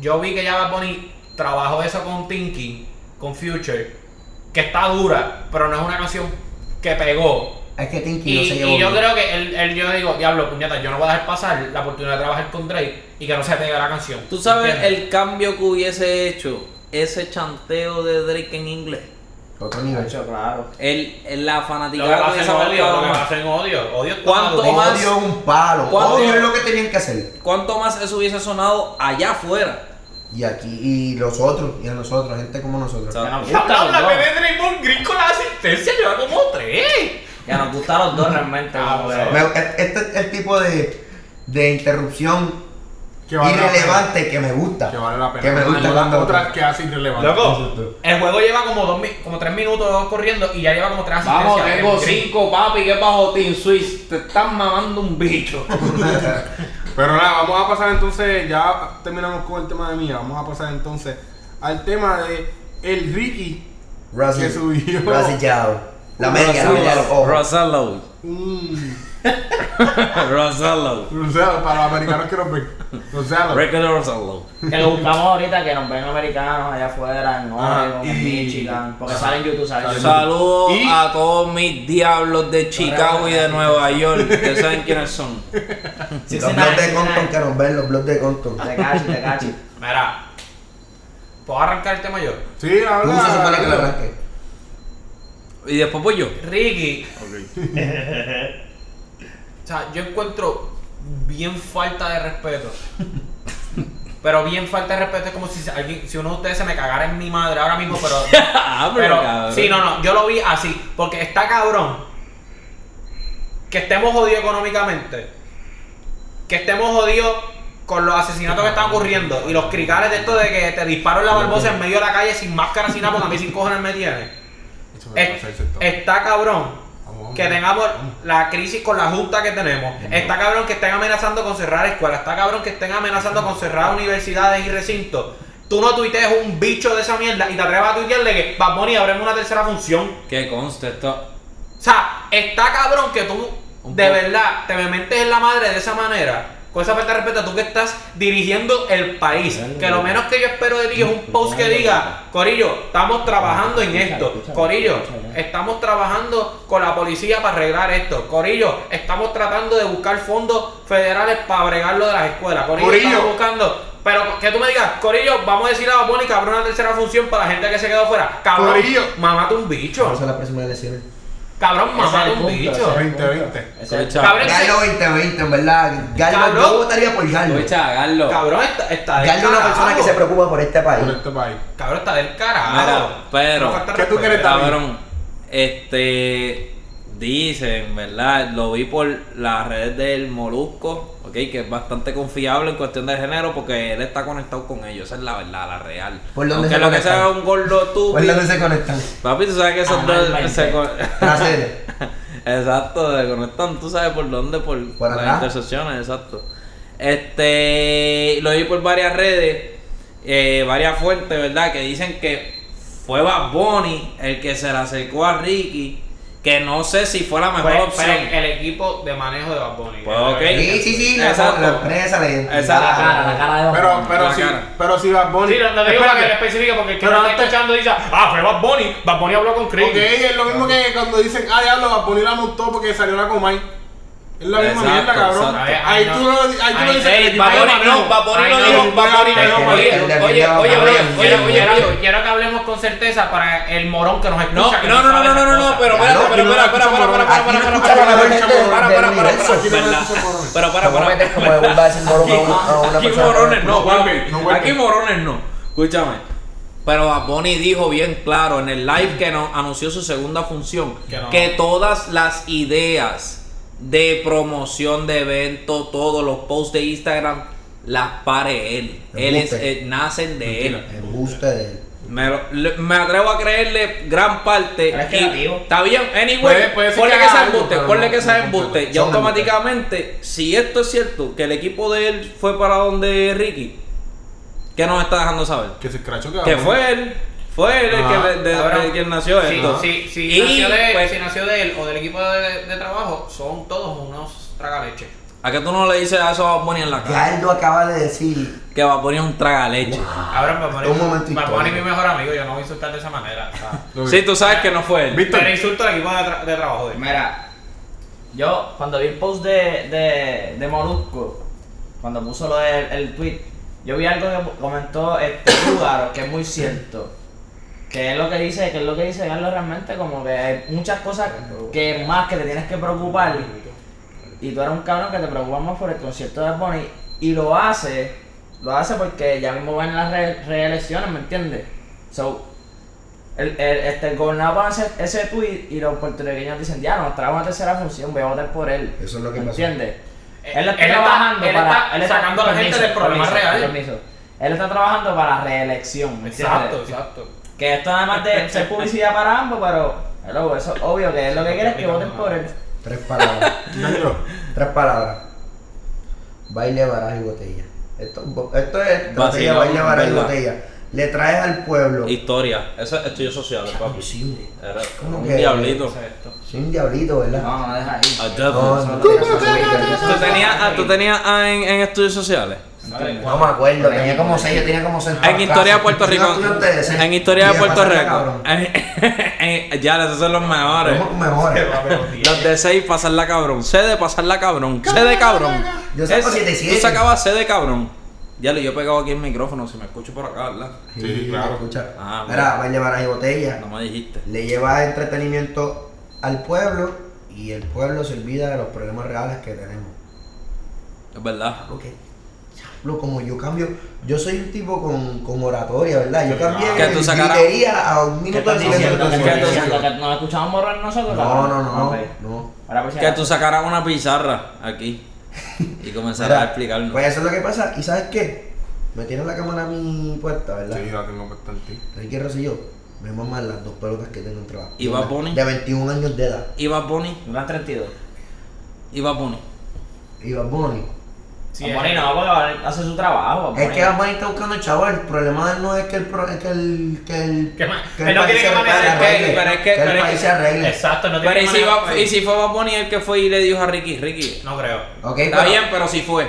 Speaker 1: yo vi que ya Bad Bunny trabajó eso con Thinking, con Future, que está dura, pero no es una canción que pegó.
Speaker 2: Es que Tinky
Speaker 1: Y,
Speaker 2: no se llevó
Speaker 1: y yo
Speaker 2: bien.
Speaker 1: creo que él, él- yo digo, diablo, puñeta, yo no voy a dejar pasar la oportunidad de trabajar con Drake y que no se pegue la canción.
Speaker 3: Tú sabes
Speaker 1: ¿Entiendes?
Speaker 3: el cambio que hubiese hecho ese chanteo de Drake en inglés.
Speaker 2: Otro nivel.
Speaker 5: Hecho, claro.
Speaker 3: El, el- la
Speaker 1: Lo que
Speaker 3: fanaticada
Speaker 1: pasa
Speaker 3: hubiese
Speaker 1: en odio,
Speaker 3: abarcado
Speaker 1: lo que
Speaker 3: más.
Speaker 1: pasa en odio. Odio está
Speaker 3: ¿Cuánto
Speaker 1: maduro.
Speaker 3: más?
Speaker 2: Odio es un palo,
Speaker 3: ¿Cuánto-
Speaker 2: odio es lo que tenían que hacer.
Speaker 3: ¿Cuánto más eso hubiese sonado allá afuera?
Speaker 2: Y aquí, y los otros, y a nosotros, gente como nosotros.
Speaker 5: Ya nos
Speaker 1: Ya
Speaker 5: gusta a
Speaker 1: hablamos
Speaker 5: los
Speaker 1: la
Speaker 5: dos.
Speaker 1: bebé de Draymond Green con la asistencia, lleva como tres.
Speaker 5: Ya nos gusta a los dos realmente.
Speaker 1: Ah,
Speaker 5: como
Speaker 1: o
Speaker 5: que-
Speaker 1: sea,
Speaker 2: Me- Este es el tipo de, de interrupción
Speaker 4: Que vale la pena.
Speaker 2: irrelevante que me gusta.
Speaker 4: Que vale la pena.
Speaker 2: Que me gusta
Speaker 4: Como las
Speaker 2: cuando-
Speaker 4: otras que hace irrelevante.
Speaker 1: Loco, el juego lleva como dos mi- como tres minutos corriendo y ya lleva como tres asistencias. Draymond Green.
Speaker 3: papi, que bajo Team Swiss. Te están mamando un bicho.
Speaker 4: Pero nada, vamos a pasar entonces, ya terminamos con el tema de mía, vamos a pasar entonces al tema de el Ricky
Speaker 2: Russell,
Speaker 4: Que subió.
Speaker 2: Russell Yao. La media, la media de los ojos.
Speaker 3: Rosalou.
Speaker 4: Mm,
Speaker 3: Rosalou.
Speaker 4: o sea, para los americanos que nos ven. O sea, lo-
Speaker 3: Record Rosalou.
Speaker 5: Que lo buscamos ahorita, que nos ven americanos allá afuera, en
Speaker 4: Ah,
Speaker 5: Oregon,
Speaker 4: y-
Speaker 5: en Michigan. Porque sale en YouTube, sale en YouTube.
Speaker 3: Saludos
Speaker 4: Y-
Speaker 3: a todos mis diablos de Chicago y de Nueva York. Ustedes saben quiénes son.
Speaker 5: Sí,
Speaker 2: los
Speaker 5: sí,
Speaker 2: blogs
Speaker 5: nada,
Speaker 2: de
Speaker 5: sí,
Speaker 2: Compton
Speaker 5: nada.
Speaker 2: que nos ven, los blogs de Compton.
Speaker 4: Ah,
Speaker 5: Te cachi, te cachi.
Speaker 1: Mira, ¿puedo arrancar el tema yo?
Speaker 4: Sí,
Speaker 2: Tú se supone que lo
Speaker 4: habla.
Speaker 2: arranque.
Speaker 3: Y después voy yo.
Speaker 1: Ricky. o sea, yo encuentro bien falta de respeto. Pero bien falta de respeto es como si alguien, si uno de ustedes se me cagara en mi madre ahora mismo, pero
Speaker 3: Ah,
Speaker 1: Pero,
Speaker 3: cabrón.
Speaker 1: sí, no, no, yo lo vi así, porque está cabrón que estemos jodidos económicamente, que estemos jodidos con los asesinatos que están ocurriendo y los cricales de esto de que te disparo en la barbosa en medio de la calle sin máscara, sin nada, porque a mí sin cojones me tiene.
Speaker 4: Eso me
Speaker 1: Es-
Speaker 4: pasa el sector.
Speaker 1: está cabrón
Speaker 4: Vamos,
Speaker 1: que
Speaker 4: vamos.
Speaker 1: tengamos la crisis con la junta que tenemos. Está cabrón que estén amenazando con cerrar escuelas. Está cabrón que estén amenazando con cerrar universidades y recintos. Tú no tuitees un bicho de esa mierda y te atrevas a tuitearle que Bad Bunny abremos una tercera función.
Speaker 3: Que conste esto.
Speaker 1: O sea, está cabrón que tú
Speaker 3: Un
Speaker 1: de
Speaker 3: poco.
Speaker 1: verdad te me mentes en la madre de esa manera. Con esa falta de respeto, tú que estás dirigiendo el país. Que lo menos que yo espero de ti es un post que diga, Corillo, estamos trabajando en esto. Corillo, estamos trabajando con la policía para arreglar esto. Corillo, estamos tratando de buscar fondos federales para bregar lo de las escuelas. Corillo,
Speaker 4: Corillo.
Speaker 1: estamos buscando. Pero que tú me digas, Corillo, vamos a decir a Baboni, cabrón, una tercera función para la gente que se quedó fuera. Cabrón,
Speaker 4: Corillo.
Speaker 1: mamate un bicho.
Speaker 2: Vamos a las próximas elecciones.
Speaker 1: Cabrón,
Speaker 5: Ese es
Speaker 1: mamá
Speaker 5: el
Speaker 1: de un
Speaker 5: punto, ese
Speaker 1: bicho.
Speaker 5: es el
Speaker 4: 20-20.
Speaker 5: punto. Ese es el-
Speaker 3: Escucha,
Speaker 1: Cabrón,
Speaker 2: Galo 2020, en verdad. Galo,
Speaker 1: Cabrón.
Speaker 2: yo votaría por Galo.
Speaker 3: escucha, Carlos.
Speaker 1: Cabrón, está, está del
Speaker 2: Galo es una
Speaker 1: carajo.
Speaker 2: persona que se preocupa por este país.
Speaker 4: Por este país.
Speaker 1: Cabrón, está del carajo.
Speaker 3: Mira, pero-
Speaker 1: No falta
Speaker 4: ¿Qué tú
Speaker 1: respeto.
Speaker 4: quieres también?
Speaker 3: Cabrón, este. Dicen, ¿verdad? Lo vi por las redes del Molusco, ok, que es bastante confiable en cuestión de género porque él está conectado con ellos, esa es la verdad, la real.
Speaker 2: ¿Por dónde
Speaker 3: Aunque
Speaker 2: se
Speaker 3: lo que
Speaker 2: conectan?
Speaker 3: sea un gordo tú,
Speaker 2: ¿Por dónde se conectan?
Speaker 3: papi, tú sabes que esos dos
Speaker 5: Anormalmente.
Speaker 3: se con-
Speaker 2: Nacer.
Speaker 3: Exacto, se conectan, tú sabes por dónde, por,
Speaker 2: Por
Speaker 3: las
Speaker 2: atrás.
Speaker 3: intersecciones, exacto. Este, lo vi por varias redes, eh, varias fuentes, ¿verdad? Que dicen que fue Bad Bunny el que se le acercó a Ricky, que no sé si fue la mejor
Speaker 4: Pues,
Speaker 1: Fue-
Speaker 3: opción.
Speaker 4: eh,
Speaker 1: fue el equipo de manejo de Bad Bunny.
Speaker 3: Pues, ok.
Speaker 2: Sí, sí, sí. La,
Speaker 3: Exacto.
Speaker 2: la empresa, la identidad.
Speaker 3: Exacto.
Speaker 5: La cara, la cara de
Speaker 4: Pero,
Speaker 5: Bad Bunny.
Speaker 4: pero
Speaker 3: La
Speaker 4: sí,
Speaker 3: cara.
Speaker 4: pero sí, Bad Bunny.
Speaker 1: Sí, lo, lo digo para que lo especifique porque el que
Speaker 4: Pero
Speaker 1: no está
Speaker 4: antes-
Speaker 1: escuchando dice, ah, fue Bad Bunny. Bad Bunny habló con Chris.
Speaker 4: Porque es lo mismo que cuando dicen, ah, ya lo Bad Bunny la montó porque salió la Comay. Es la misma
Speaker 3: Exacto,
Speaker 4: mierda, cabrón.
Speaker 3: exacto.
Speaker 4: Ahí tú no ahí tú no
Speaker 1: Ay,
Speaker 4: dices
Speaker 1: ey,
Speaker 4: que
Speaker 1: Ay,
Speaker 4: el
Speaker 1: Bad
Speaker 4: tipo
Speaker 1: Bunny,
Speaker 4: es
Speaker 1: no,
Speaker 4: malo.
Speaker 1: Bad Bunny
Speaker 4: Ay,
Speaker 1: lo
Speaker 4: no,
Speaker 1: dijo,
Speaker 4: el tipo
Speaker 1: Bad
Speaker 4: es
Speaker 1: Bunny lo
Speaker 4: malo,
Speaker 1: dijo.
Speaker 3: oye,
Speaker 1: Oye,
Speaker 4: malo.
Speaker 3: oye,
Speaker 1: Cabrón,
Speaker 3: oye, oye,
Speaker 1: quiero-
Speaker 3: oye,
Speaker 1: quiero-
Speaker 3: oye.
Speaker 1: Quiero que hablemos con certeza para el morón que nos
Speaker 3: No,
Speaker 1: escucha. que
Speaker 3: no, no, no,
Speaker 1: sabe
Speaker 3: no,
Speaker 1: las
Speaker 3: no, no,
Speaker 1: cosas.
Speaker 3: pero espera,
Speaker 2: Claro,
Speaker 3: pero
Speaker 4: aquí no
Speaker 3: espera, espera,
Speaker 4: escuchamos,
Speaker 3: espera, espera,
Speaker 2: Aquí no
Speaker 3: espera, espera,
Speaker 2: escuchamos
Speaker 3: espera, espera, espera, espera,
Speaker 2: la gente del- del
Speaker 3: espera, espera,
Speaker 2: universo.
Speaker 4: Aquí no
Speaker 3: ¿verdad?
Speaker 4: escuchamos morones.
Speaker 3: Pero para,
Speaker 2: Vamos a
Speaker 3: para,
Speaker 2: meter como de vuelta a decir morón a una- a una
Speaker 3: Aquí
Speaker 2: persona.
Speaker 3: morones no,
Speaker 4: No vuelve,
Speaker 3: papi.
Speaker 4: no vuelve.
Speaker 3: Aquí morones no. Escúchame. Pero Bad Bunny dijo bien claro en el live que nos anunció su segunda función
Speaker 1: Que no.
Speaker 3: que todas las ideas de promoción de evento, todos los posts de Instagram las pare él. Él es,
Speaker 2: Embuste.
Speaker 3: eh, nacen de él.
Speaker 2: Embuste de él.
Speaker 3: Me, lo- le- me atrevo a creerle gran parte.
Speaker 5: Pero es
Speaker 3: y-
Speaker 5: creativo.
Speaker 3: Está bien, anyway.
Speaker 4: Puede- puede ser
Speaker 3: ponle
Speaker 4: que
Speaker 3: que
Speaker 4: haga
Speaker 3: sea
Speaker 4: algo,
Speaker 3: embuste,
Speaker 4: pero
Speaker 3: ponle
Speaker 4: no-
Speaker 3: que sea
Speaker 4: no completo.
Speaker 3: embuste. Y
Speaker 2: Son
Speaker 3: automáticamente, si esto es cierto, que el equipo de él fue para donde Ricky, ¿qué nos está dejando saber?
Speaker 4: Que se escrachó,
Speaker 3: Que
Speaker 4: cabrón.
Speaker 3: fue él. Fue él el
Speaker 4: Ajá,
Speaker 3: que de, de-
Speaker 1: Cabrón,
Speaker 3: de quien nació
Speaker 1: sí,
Speaker 3: esto.
Speaker 1: sí, sí,
Speaker 3: Y,
Speaker 1: nació de,
Speaker 3: pues,
Speaker 1: si nació de él o del equipo de, de trabajo, son todos unos tragaleches.
Speaker 3: ¿A qué tú no le dices a eso a Bad Bunny en la cara?
Speaker 2: Galdo acaba de decir.
Speaker 3: Que va a poner un tragaleche.
Speaker 1: Ahora me pone,
Speaker 2: Un momento
Speaker 1: me pone mi
Speaker 2: histórico.
Speaker 1: mejor amigo, yo no voy a insultar de esa manera. o sea.
Speaker 4: Lo vi.
Speaker 3: Sí, tú sabes que no fue él.
Speaker 4: Víctor.
Speaker 1: Pero insulto al equipo de, tra- de trabajo de él.
Speaker 5: Mira, yo cuando vi el post de, de, de Molusco, cuando puso lo del el tweet, yo vi algo que comentó este Lugaro, que es muy cierto. Que es lo que dice, que es lo que dice Carlos realmente, como que hay muchas cosas que más que te tienes que preocupar. Y tú eres un cabrón que te preocupas más por el concierto de Bad Bunny. Y lo hace, lo hace porque ya mismo van las re- reelecciones, ¿me entiendes? So, el, el, este, el gobernador pone ese, ese tweet y los puertorriqueños dicen, ya, nos trae una tercera función, voy a votar por él.
Speaker 2: Eso es lo que
Speaker 5: ¿Me
Speaker 2: pasó.
Speaker 5: entiendes?
Speaker 1: Eh,
Speaker 5: Él está
Speaker 1: él está-
Speaker 5: trabajando
Speaker 1: él
Speaker 5: para...
Speaker 1: está sacando a la gente del problema
Speaker 5: permiso,
Speaker 1: real.
Speaker 5: permiso. Él está trabajando para la reelección, ¿me entiendes?
Speaker 1: Exacto, exacto.
Speaker 5: Que esto además de ser publicidad para ambos, pero... hello, eso es obvio que él lo que quiere es que voten por él.
Speaker 2: Tres palabras.
Speaker 4: Danilo,
Speaker 2: Tres palabras. Baile, baraja y botella. Esto, esto es estrategia,
Speaker 3: Vacilón,
Speaker 2: baile, baraja y
Speaker 3: ¿verdad?
Speaker 2: botella. Le traes al pueblo.
Speaker 3: Historia. Eso es estudios sociales, papi.
Speaker 2: Imposible.
Speaker 3: Era
Speaker 2: ¿Cómo
Speaker 3: un
Speaker 2: que?
Speaker 3: diablito.
Speaker 1: Exacto.
Speaker 2: Soy un diablito, ¿verdad?
Speaker 5: No, no deja
Speaker 3: A
Speaker 5: ahí.
Speaker 3: devil.
Speaker 2: No, no, no, no, no,
Speaker 3: ¿Tú tenías, ah, tú tenías ah, en, en estudios sociales?
Speaker 2: No me acuerdo, tenía como seis, yo tenía como seis.
Speaker 3: En historia de Puerto
Speaker 2: Yo era
Speaker 3: Rico.
Speaker 2: estudiante de seis.
Speaker 3: En historia de
Speaker 2: Y
Speaker 3: Puerto
Speaker 2: pasarla,
Speaker 3: Rico.
Speaker 2: cabrón.
Speaker 3: En- en- Ya, esos son los mejores.
Speaker 2: Somos mejores.
Speaker 3: Los de 6, pasarla cabrón. C de pasarla cabrón. C de cabrón.
Speaker 2: Yo saco
Speaker 3: Ese-
Speaker 2: 77.
Speaker 3: Tú sacabas C de cabrón. Ya lo yo he pegado aquí el micrófono, si me escucho por acá, ¿verdad?
Speaker 4: Sí, claro.
Speaker 2: Escucha.
Speaker 3: Ah,
Speaker 2: Mira, baile, baraja y botella.
Speaker 3: No me dijiste.
Speaker 2: le lleva entretenimiento al pueblo y el pueblo se olvida de los problemas reales que tenemos.
Speaker 3: Es verdad.
Speaker 2: Porque, diablo, como yo cambio, yo soy un tipo con, con oratoria, ¿verdad? Yo cambié
Speaker 3: Que tú
Speaker 2: de
Speaker 3: sacaras-
Speaker 2: gritería a un
Speaker 5: ¿Qué
Speaker 2: minuto de
Speaker 5: estás diciendo?
Speaker 2: silencio.
Speaker 5: ¿Qué
Speaker 4: ¿Qué
Speaker 5: estás
Speaker 4: tú-
Speaker 5: diciendo? ¿Que nos escuchamos morrar nosotros?
Speaker 2: No, no, no,
Speaker 5: Ok.
Speaker 2: no.
Speaker 5: Ahora pues,
Speaker 3: Que tú sacaras una pizarra aquí y comenzaras a
Speaker 2: Mira,
Speaker 3: explicarnos.
Speaker 2: Pues eso es lo que pasa. ¿Y sabes qué? Me tiene la cámara a mi puerta, ¿verdad?
Speaker 4: Sí, la tengo bastante.
Speaker 2: Ricky Rosselló me maman las dos pelotas que tengo entre las
Speaker 3: ¿Y Bad
Speaker 2: piernas,
Speaker 3: Bunny?
Speaker 2: De 21 años de edad.
Speaker 3: Iba Bunny,
Speaker 5: No han 32.
Speaker 3: Iba Bunny.
Speaker 2: Y Bad Bunny.
Speaker 1: Sí,
Speaker 5: Bad
Speaker 1: es-
Speaker 5: Bunny no, porque Bad Bunny hace su trabajo. pues. Bad
Speaker 2: Es
Speaker 5: Bunny.
Speaker 2: que Bad Bunny está buscando chavo, el problema de él no es que el pro- es que el que el
Speaker 1: Que ma-
Speaker 2: el
Speaker 1: él no
Speaker 2: país
Speaker 1: quiere que
Speaker 2: se
Speaker 1: maneje-
Speaker 2: arregle,
Speaker 3: que- pero es que-
Speaker 2: que
Speaker 3: pero
Speaker 2: el
Speaker 3: es
Speaker 2: país
Speaker 3: que-
Speaker 2: se arregle.
Speaker 1: Exacto, no
Speaker 3: Pero
Speaker 1: tiene
Speaker 3: y si,
Speaker 1: manera- pues.
Speaker 3: iba- y si fue Bad Bunny el que fue y le dijo a Ricky, Ricky.
Speaker 1: No creo.
Speaker 2: Ok,
Speaker 3: Está
Speaker 2: pero-
Speaker 3: bien, pero si fue.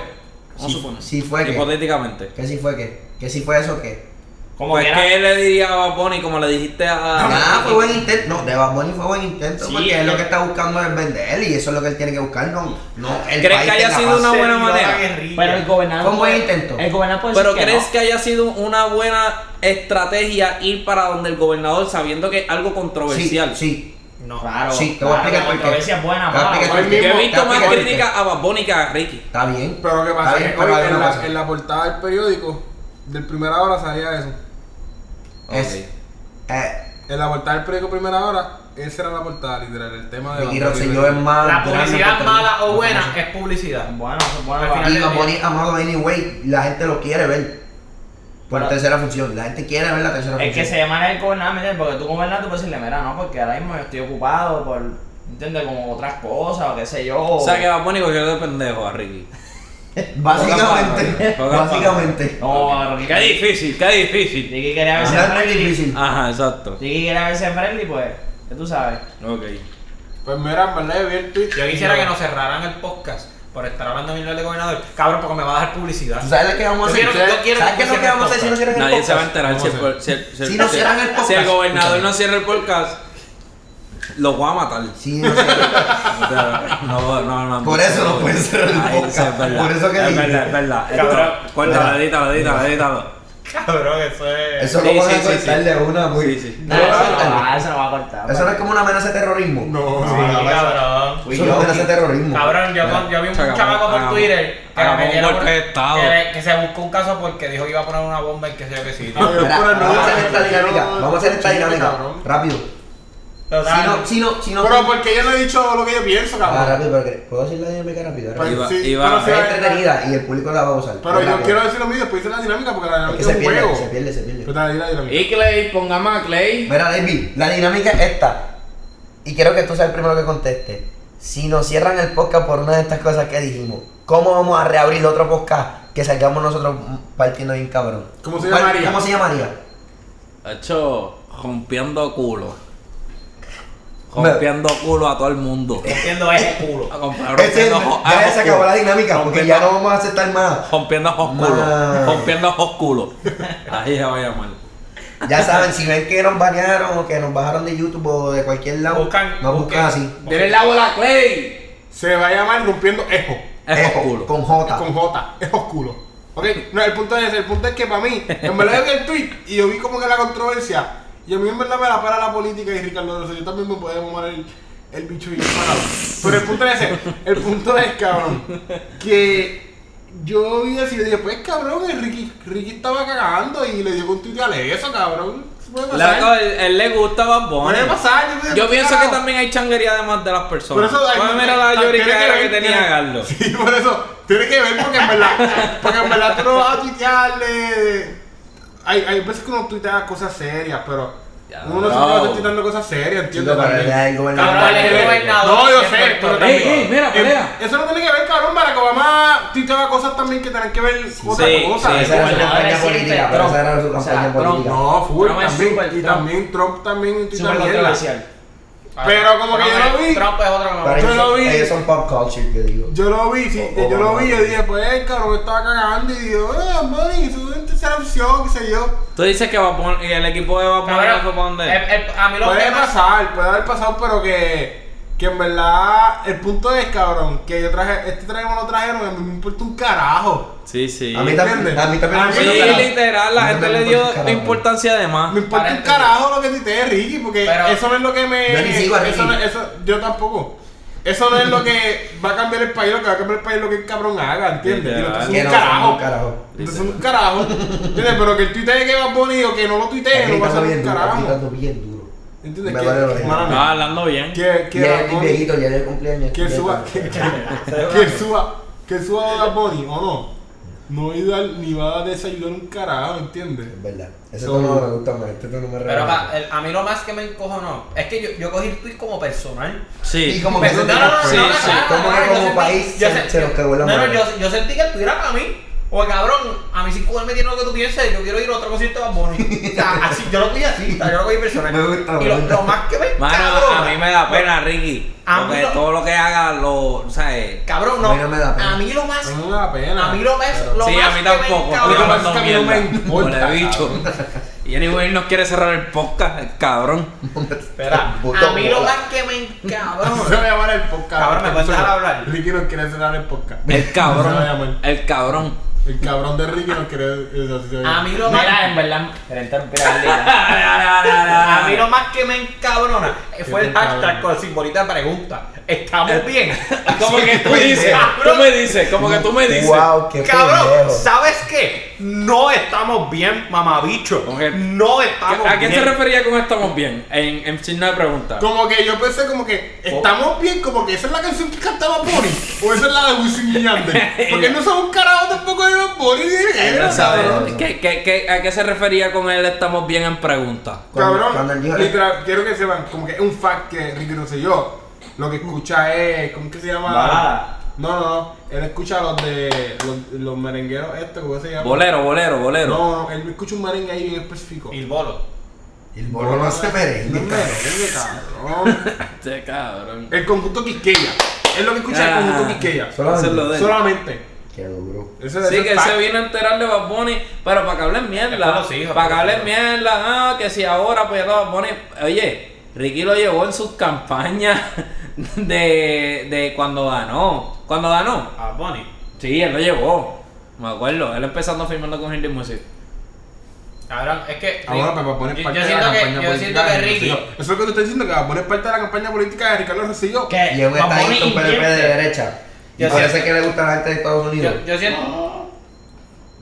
Speaker 3: Vamos
Speaker 2: Sí-
Speaker 3: a suponer.
Speaker 2: sí fue que-
Speaker 3: Hipotéticamente.
Speaker 2: ¿Qué si fé qué? ¿Qué si fue eso qué?
Speaker 5: Como
Speaker 3: pues
Speaker 5: quiera.
Speaker 3: que él le diría a Bad Bunny como le dijiste a.
Speaker 2: Nada, fue buen intento. No, de Bad Bunny fue buen intento
Speaker 1: Sí,
Speaker 2: porque él lo
Speaker 1: yo-
Speaker 2: que está buscando es vender y eso es lo que él tiene que buscar. No, no, el
Speaker 3: ¿Crees
Speaker 2: país
Speaker 3: que haya
Speaker 2: tenga
Speaker 3: sido
Speaker 2: paz.
Speaker 3: una buena
Speaker 1: Se dio
Speaker 3: manera.
Speaker 1: la guerrilla.
Speaker 5: Pero el gobernador.
Speaker 2: Fue un buen
Speaker 5: puede-
Speaker 2: intento.
Speaker 5: El gobernador
Speaker 2: pues
Speaker 5: puede
Speaker 3: Pero
Speaker 5: decir que
Speaker 3: crees
Speaker 5: no.
Speaker 3: que haya sido una buena estrategia ir para donde el gobernador sabiendo que es algo controversial.
Speaker 2: Sí, sí.
Speaker 1: No.
Speaker 5: Claro.
Speaker 2: Sí, te voy
Speaker 5: claro,
Speaker 2: a explicar
Speaker 5: la
Speaker 2: por qué.
Speaker 5: controversia es buena,
Speaker 2: Te voy a
Speaker 5: mala.
Speaker 2: explicar
Speaker 4: Hoy
Speaker 2: por qué.
Speaker 3: Yo he
Speaker 4: mismo-
Speaker 3: visto
Speaker 2: Te voy
Speaker 3: más
Speaker 2: a explicar por qué.
Speaker 3: críticas a Bad Bunny que a Ricky.
Speaker 2: Está bien.
Speaker 4: Pero lo que pasa
Speaker 2: Está bien,
Speaker 4: es que
Speaker 2: pero
Speaker 4: hoy
Speaker 2: hay
Speaker 4: en
Speaker 2: una
Speaker 4: la,
Speaker 2: cosa.
Speaker 4: en la portada del periódico, del primera hora salía eso.
Speaker 2: Es- Eh,
Speaker 4: En la portada del periódico primera hora, esa era la portada literal, el tema de...
Speaker 2: Ricky
Speaker 4: Bad Bunny.
Speaker 2: Rosselló es más
Speaker 1: La
Speaker 2: grande
Speaker 1: publicidad
Speaker 2: que-
Speaker 1: mala o buena es publicidad.
Speaker 5: Bueno, eso es bueno.
Speaker 1: Al
Speaker 5: para-
Speaker 1: final-
Speaker 2: Y Bad Bunny amado anyway, la gente lo quiere ver. Por
Speaker 5: Pero-
Speaker 2: tercera función, la gente quiere ver la tercera
Speaker 5: El
Speaker 2: función.
Speaker 5: que se llama el gobernador, ¿me entiendes? Porque tú como gobernador tú puedes decirle, mira, no, porque ahora mismo yo estoy ocupado por, ¿entiendes? Como otras cosas, o qué sé yo.
Speaker 3: O sea que Bad Bunny cogió de pendejo a Ricky.
Speaker 2: Básicamente,
Speaker 3: Poca palabra.
Speaker 2: básicamente.
Speaker 5: No,
Speaker 3: Qué difícil, qué difícil.
Speaker 5: Ricky quería verse
Speaker 2: Será muy
Speaker 5: friendly.
Speaker 2: difícil.
Speaker 3: Ajá, exacto.
Speaker 5: Ricky quería verse friendly, pues, ya tú sabes.
Speaker 3: Ok.
Speaker 4: Pues mira, en verdad yo vi el tweet.
Speaker 1: Yo quisiera que nos cerraran el podcast por estar hablando mil veces de gobernador. Cabrón, porque me va a dar publicidad.
Speaker 2: ¿Tú sabes lo que vamos a
Speaker 1: Yo
Speaker 2: hacer?
Speaker 1: quiero- yo quiero
Speaker 2: ¿Sabes
Speaker 1: que
Speaker 2: qué es lo que
Speaker 1: cierren
Speaker 2: vamos a hacer si no
Speaker 1: podcast.
Speaker 2: cierran el
Speaker 3: Nadie se va a
Speaker 2: podcast?
Speaker 3: enterar si el,
Speaker 4: Vamos a
Speaker 3: por- si el-
Speaker 2: Si no cierran el
Speaker 3: si el
Speaker 2: podcast,
Speaker 3: gobernador
Speaker 2: escúchame.
Speaker 3: no cierra el podcast. Los voy a matar.
Speaker 2: Sí, no sé.
Speaker 3: O sea, No, no, no.
Speaker 2: Por eso no pueden cerrar el
Speaker 3: Ay,
Speaker 2: podcast.
Speaker 3: es verdad.
Speaker 2: Por eso que
Speaker 3: Es
Speaker 2: dije.
Speaker 3: verdad, es verdad.
Speaker 1: Cabrón.
Speaker 3: Esto, Cuéntalo, edítalo, edítalo, edítalo.
Speaker 1: Cabrón, eso es.
Speaker 2: Eso
Speaker 3: Sí,
Speaker 2: lo van
Speaker 3: sí,
Speaker 2: a
Speaker 3: sí,
Speaker 2: cortar
Speaker 3: sí.
Speaker 2: de una, muy.
Speaker 3: Sí, sí.
Speaker 2: No
Speaker 5: No,
Speaker 2: lo
Speaker 5: eso
Speaker 2: van a
Speaker 5: no
Speaker 2: cortar.
Speaker 5: va, Ah, eso no va a cortar.
Speaker 2: Eso no es como una amenaza de terrorismo.
Speaker 4: No,
Speaker 1: Sí,
Speaker 4: no, no.
Speaker 1: cabrón.
Speaker 2: Eso es una amenaza de terrorismo.
Speaker 1: Cabrón, yo, con- yo vi un
Speaker 3: Hagamos-
Speaker 1: chamaco por
Speaker 3: hagamos-
Speaker 1: Twitter que
Speaker 3: hagamos
Speaker 1: me
Speaker 3: un
Speaker 1: dieron
Speaker 3: golpe de estado.
Speaker 1: que- que se buscó un caso porque dijo que iba a poner una bomba en que sé yo qué
Speaker 3: Ah.
Speaker 1: sitio.
Speaker 4: Ay,
Speaker 2: Mira,
Speaker 4: por el
Speaker 2: vamos a hacer
Speaker 4: no,
Speaker 2: esta
Speaker 4: yo
Speaker 2: dinámica.
Speaker 4: no-
Speaker 2: Vamos a hacer esta
Speaker 4: Sí,
Speaker 2: dinámica.
Speaker 4: cabrón.
Speaker 2: Rápido.
Speaker 1: Total.
Speaker 2: Si no, si no, si no.
Speaker 4: Pero pues, porque yo no he dicho lo que yo pienso,
Speaker 2: Ah,
Speaker 4: cabrón.
Speaker 2: rápido, pero que- ¿puedo decir la dinámica rápido?
Speaker 4: Pero
Speaker 2: Rápido.
Speaker 3: Iba-
Speaker 4: sí,
Speaker 3: iba-
Speaker 4: pero sí,
Speaker 2: Es
Speaker 4: la-
Speaker 2: entretenida y el público la va a gozar.
Speaker 4: Pues, Pero yo
Speaker 2: Rápido.
Speaker 4: quiero decir lo mío y después hice la dinámica porque la
Speaker 2: Es que
Speaker 4: dinámica
Speaker 2: se
Speaker 4: es un
Speaker 2: pierde,
Speaker 4: juego.
Speaker 2: se pierde, se pierde.
Speaker 4: Pero te la di la dinámica.
Speaker 3: Y Clay, pongamos a Clay.
Speaker 2: Mira, David, la dinámica es esta. Y quiero que tú seas el primero que conteste. Si nos cierran el podcast por una de estas cosas que dijimos, ¿cómo vamos a reabrir otro podcast que salgamos nosotros partiendo bien cabrón?
Speaker 4: ¿Cómo se
Speaker 2: ¿Cuál-
Speaker 4: llamaría?
Speaker 2: ¿Cómo se llamaría?
Speaker 3: Hecho, rompiendo culo. Rompiendo culo a todo el mundo.
Speaker 1: Entiendo, es el culo.
Speaker 3: A comprar-
Speaker 2: Eh, Este,
Speaker 3: Rompiendo jo- ah,
Speaker 2: ya se acabó
Speaker 3: culo.
Speaker 2: la dinámica porque ya no vamos a aceptar más.
Speaker 3: Rompiendo jos culo.
Speaker 2: Man.
Speaker 3: Rompiendo jos culo. Ahí se va a llamar.
Speaker 2: Ya saben, si ven que nos banearon o que nos bajaron de YouTube o de cualquier lado,
Speaker 1: Buscan-
Speaker 2: nos buscan
Speaker 1: busquen.
Speaker 2: así.
Speaker 3: Denle la bola a Clay.
Speaker 4: Se va a llamar Rompiendo Ejo.
Speaker 3: Es
Speaker 2: Ejo,
Speaker 3: culo.
Speaker 2: Con J.
Speaker 4: Con J. Ejo oscuro. Ok, no, el punto es ese. El punto es que para mí, en verdad yo vi el tweet y yo vi como que la controversia. Y a mí en verdad me la para la política y Ricardo Rosselló también me puede mamar el, el bicho y yo parado. Pero el punto es ese. El punto es, cabrón, que yo vi así y dije, pues cabrón, el Ricky, Ricky estaba cagando y le dio un tuit a eso, cabrón. Eso puede pasar.
Speaker 3: Loco, él, él le gusta Bad Bunny.
Speaker 4: Puede pasar. dije,
Speaker 3: Yo pienso que
Speaker 4: carajo.
Speaker 3: también hay changuería además de las
Speaker 4: Por
Speaker 3: personas.
Speaker 4: eso hay-
Speaker 3: Pues mira la
Speaker 4: tiene
Speaker 3: lloriquera que
Speaker 4: ver,
Speaker 3: tenía
Speaker 4: tiene-
Speaker 3: Garlo.
Speaker 4: Sí, por eso. Tiene que ver porque en verdad, porque en verdad tú no vas a tuitearle. Hay, hay veces que uno tuitea cosas serias, pero
Speaker 3: Ya,
Speaker 4: uno no
Speaker 3: bravo.
Speaker 4: siempre va a estar tuiteando cosas serias, ¿entiendes?
Speaker 2: Chico, pero
Speaker 4: También.
Speaker 2: ya el gobernador-
Speaker 1: Cabrón, él es el gobernador.
Speaker 4: No, yo
Speaker 1: de
Speaker 4: sé,
Speaker 1: Puerto
Speaker 4: pero
Speaker 1: Rico.
Speaker 4: también.
Speaker 3: Ey, ey, mira,
Speaker 4: eh,
Speaker 3: pelea.
Speaker 4: eso no tiene que ver, cabrón, Barack Obama tuiteaba cosas también que tienen que ver otras
Speaker 3: sí, sí,
Speaker 4: cosas.
Speaker 2: Esa era su
Speaker 1: Gobernador
Speaker 2: campaña
Speaker 1: existe,
Speaker 2: política, pero
Speaker 1: Trump.
Speaker 2: esa era su campaña
Speaker 5: Trump,
Speaker 2: política.
Speaker 4: No, full,
Speaker 5: Trump es
Speaker 4: también.
Speaker 5: súper
Speaker 4: y
Speaker 5: Trump.
Speaker 4: también Trump también tuitea
Speaker 5: Súper
Speaker 4: mierda.
Speaker 5: controversial.
Speaker 4: Pero como que yo
Speaker 1: Trump
Speaker 4: lo
Speaker 1: es-
Speaker 4: vi.
Speaker 1: Trump es otro
Speaker 2: Pero
Speaker 1: mamá.
Speaker 4: Yo
Speaker 2: ellos,
Speaker 4: lo
Speaker 2: son-
Speaker 4: vi.
Speaker 2: ellos son pop culture, yo digo.
Speaker 4: Yo lo vi, sí,
Speaker 2: O- o
Speaker 4: yo lo
Speaker 2: Obama.
Speaker 4: vi, yo dije, pues, eh, cabrón, estaba cagando y dijo, eh, buddy, su tercera opción, qué sé yo.
Speaker 3: Tú dices que Bad Bunny- y el equipo de Bad Bunny
Speaker 1: Cabrón, eh,
Speaker 3: no fue para dónde.
Speaker 1: el- el- a mí lo
Speaker 4: Puede
Speaker 1: que más-
Speaker 4: pasar, puede haber pasado, pero que, que en verdad, el punto es, cabrón, que yo traje, este traje me lo trajeron, a mí me importa un carajo.
Speaker 3: Sí, sí.
Speaker 2: A mí también.
Speaker 4: ¿Entiendes?
Speaker 2: A mí
Speaker 4: A
Speaker 2: también.
Speaker 4: mí
Speaker 3: Sí,
Speaker 4: Bueno,
Speaker 3: literal, la
Speaker 2: a mí
Speaker 3: gente
Speaker 2: también
Speaker 3: le
Speaker 2: me
Speaker 3: dio
Speaker 2: importa un
Speaker 3: de
Speaker 2: carajo.
Speaker 3: importancia además.
Speaker 4: Me importa un
Speaker 1: Paréntesis.
Speaker 4: carajo lo que tuitee Ricky, porque
Speaker 1: Pero-
Speaker 4: eso no es lo que me.
Speaker 2: Yo ni sigo a Ricky.
Speaker 4: eso, no- eso- yo tampoco. Eso no es lo que va a cambiar el país, lo que va a cambiar el país es lo que el cabrón haga, ¿entiendes? Y lo que
Speaker 3: Literal.
Speaker 4: es un
Speaker 2: Que no,
Speaker 4: carajo.
Speaker 2: un carajo.
Speaker 4: Entonces un carajo. ¿Entiendes? Pero que el tuitee que va bonito, que no lo tuitee, no va a
Speaker 2: Está
Speaker 4: ser un
Speaker 2: bien duro, está
Speaker 4: carajo.
Speaker 2: gritando bien duro.
Speaker 4: ¿Entiendes?
Speaker 2: Me
Speaker 4: Que-
Speaker 2: duele la oreja.
Speaker 4: mala mía.
Speaker 3: Estaba hablando bien.
Speaker 4: Que, que
Speaker 2: Ya
Speaker 4: Bad
Speaker 2: estoy
Speaker 4: Bunny-
Speaker 2: viejito, ya es el cumpleaños.
Speaker 4: que suba, que, que- que suba, que suba Bad Bunny, o no, no iba, ni va a desayunar un carajo, ¿entiendes?
Speaker 2: Es verdad. Ese
Speaker 4: Son-
Speaker 2: tono me gusta más, este tono me
Speaker 1: Pero
Speaker 2: relaja.
Speaker 1: pa- el- a mí lo más que me encojonó es que yo, yo cogí el tweet como personal.
Speaker 2: Y
Speaker 3: Sí.
Speaker 2: como que
Speaker 1: Pero-
Speaker 2: eso
Speaker 1: no, no, no,
Speaker 2: como-
Speaker 1: no,
Speaker 3: sí,
Speaker 1: no,
Speaker 3: sí.
Speaker 1: no,
Speaker 2: Como
Speaker 1: no,
Speaker 2: que
Speaker 1: no,
Speaker 2: como
Speaker 1: yo sentí-
Speaker 2: país
Speaker 1: yo
Speaker 2: se-
Speaker 1: sentí-
Speaker 2: se nos cagó la
Speaker 1: No, no,
Speaker 2: madre.
Speaker 1: yo, yo sentí que el tuit era para mí. O cabrón, a mí sin coger me tiene lo que tú pienses, yo quiero ir a otro concierto de Bad Bunny. O sea, así, yo lo cogí así, o sea, yo lo cogí personal.
Speaker 2: Me gusta,
Speaker 1: y lo,
Speaker 2: me gusta.
Speaker 1: lo más que me
Speaker 3: Mano,
Speaker 1: cabrón,
Speaker 3: a mí me da pena, Ricky.
Speaker 1: A mí
Speaker 3: Porque
Speaker 1: no-
Speaker 3: todo lo que haga lo. eh, ¿Sabes?
Speaker 1: Cabrón,
Speaker 2: A
Speaker 1: no.
Speaker 2: mí no me da pena.
Speaker 1: A mí lo más.
Speaker 4: No me da pena.
Speaker 1: A mí lo más. Lo
Speaker 3: sí,
Speaker 1: más
Speaker 3: a mí
Speaker 1: que me
Speaker 3: tampoco.
Speaker 1: encabró-
Speaker 4: Lo que pasa
Speaker 3: Hablando
Speaker 4: es que a mí no me
Speaker 3: mierda.
Speaker 4: importa,
Speaker 3: Como le he dicho. Y Jenny Wayne no quiere cerrar el podcast, el cabrón.
Speaker 1: Espera, a mí lo más que me encabrón.
Speaker 4: Se va a llamar el podcast.
Speaker 1: Cabrón, ¿me puedes dejar hablar?
Speaker 4: Ricky nos quiere cerrar el podcast.
Speaker 3: El
Speaker 4: Se va a
Speaker 3: cabrón.
Speaker 4: llamar.
Speaker 3: El cabrón.
Speaker 4: El cabrón de Ricky nos quiere. así se va
Speaker 1: A
Speaker 4: llamar.
Speaker 1: mí lo más.
Speaker 5: Mira, en verdad, pero interrumpir a Lila.
Speaker 3: Dale, dale, dale, dale, dale.
Speaker 1: A mí lo más que me encabrona eh, fue
Speaker 4: te
Speaker 1: el hashtag
Speaker 4: encabrona?
Speaker 1: con la simbolita pregunta. Estamos bien.
Speaker 3: Como que Eh, tú dices, tú me dices, como que tú me dices.
Speaker 2: Wow, qué
Speaker 1: Cabrón,
Speaker 2: pendejo.
Speaker 1: ¿sabes qué? No estamos bien, mamabicho.
Speaker 3: Como que-
Speaker 1: No estamos
Speaker 3: ¿A quién se
Speaker 1: bien.
Speaker 3: refería con estamos bien? En, en signo de pregunta.
Speaker 4: Como que yo pensé como que estamos bien, como que esa es la canción que cantaba Bonnie o esa es la de Wisin y Yandel. Porque no son un carajo tampoco de Bonnie ni de
Speaker 3: Quiero
Speaker 4: género,
Speaker 3: saber,
Speaker 4: cabrón.
Speaker 3: ¿qué- qué- qué- a qué se refería con él estamos bien en pregunta?
Speaker 2: Cuando-
Speaker 4: Cabrón,
Speaker 2: cuando él dijo-
Speaker 4: literal, quiero que sepan, como que es un fact que Ricky Rosselló lo que escucha es, ¿cómo que se llama?
Speaker 5: Balada.
Speaker 4: No, no, no, él escucha los de los, los merengueros estos, ¿cómo se llama?
Speaker 3: Bolero, bolero, bolero.
Speaker 4: No, no, él escucha un merengue ahí bien específico.
Speaker 1: Y el bolo.
Speaker 2: El bolo no hace
Speaker 4: No
Speaker 2: este merengue.
Speaker 4: es
Speaker 2: cabrón.
Speaker 4: merengue, cabrón.
Speaker 3: Este cabrón.
Speaker 4: El conjunto Quisqueya, es lo que escucha
Speaker 3: Ah.
Speaker 4: el conjunto Quisqueya.
Speaker 3: Eso es lo de él.
Speaker 4: Solamente.
Speaker 2: Qué duro.
Speaker 4: Ese,
Speaker 3: Sí,
Speaker 4: ese
Speaker 3: que él
Speaker 4: fact.
Speaker 3: se vino a enterar de Bad Bunny, pero para que hablen
Speaker 1: Es para
Speaker 3: mierda.
Speaker 1: los hijos,
Speaker 3: Para que
Speaker 1: para los
Speaker 3: hablen mierda, ah, que si ahora pues Bad Bunny. Oye, Ricky lo llevó en sus campañas de, de cuando ganó. Cuando ganó.
Speaker 1: A Bonnie.
Speaker 3: Sí, él lo llevó. Me acuerdo. Él empezando firmando con Henry Music.
Speaker 1: Cabrón, es que.
Speaker 4: Ahora
Speaker 1: Rick-
Speaker 4: me Ah, pues va a poner
Speaker 1: yo-
Speaker 4: parte
Speaker 1: yo
Speaker 4: de la
Speaker 1: siento que-
Speaker 4: campaña
Speaker 1: Yo siento
Speaker 4: política
Speaker 1: que
Speaker 4: de Ricky.
Speaker 1: Ricky.
Speaker 4: Eso es lo que te estoy diciendo, que va a poner parte de la campaña política de Ricardo Rosselló.
Speaker 5: Que
Speaker 2: Y es un
Speaker 5: Bad Bunny
Speaker 2: estadista, un PNP de
Speaker 5: invierte.
Speaker 2: derecha. Y
Speaker 1: Yo
Speaker 2: parece
Speaker 1: sé.
Speaker 2: que le gusta a la gente de Estados Unidos.
Speaker 1: Yo, yo siento.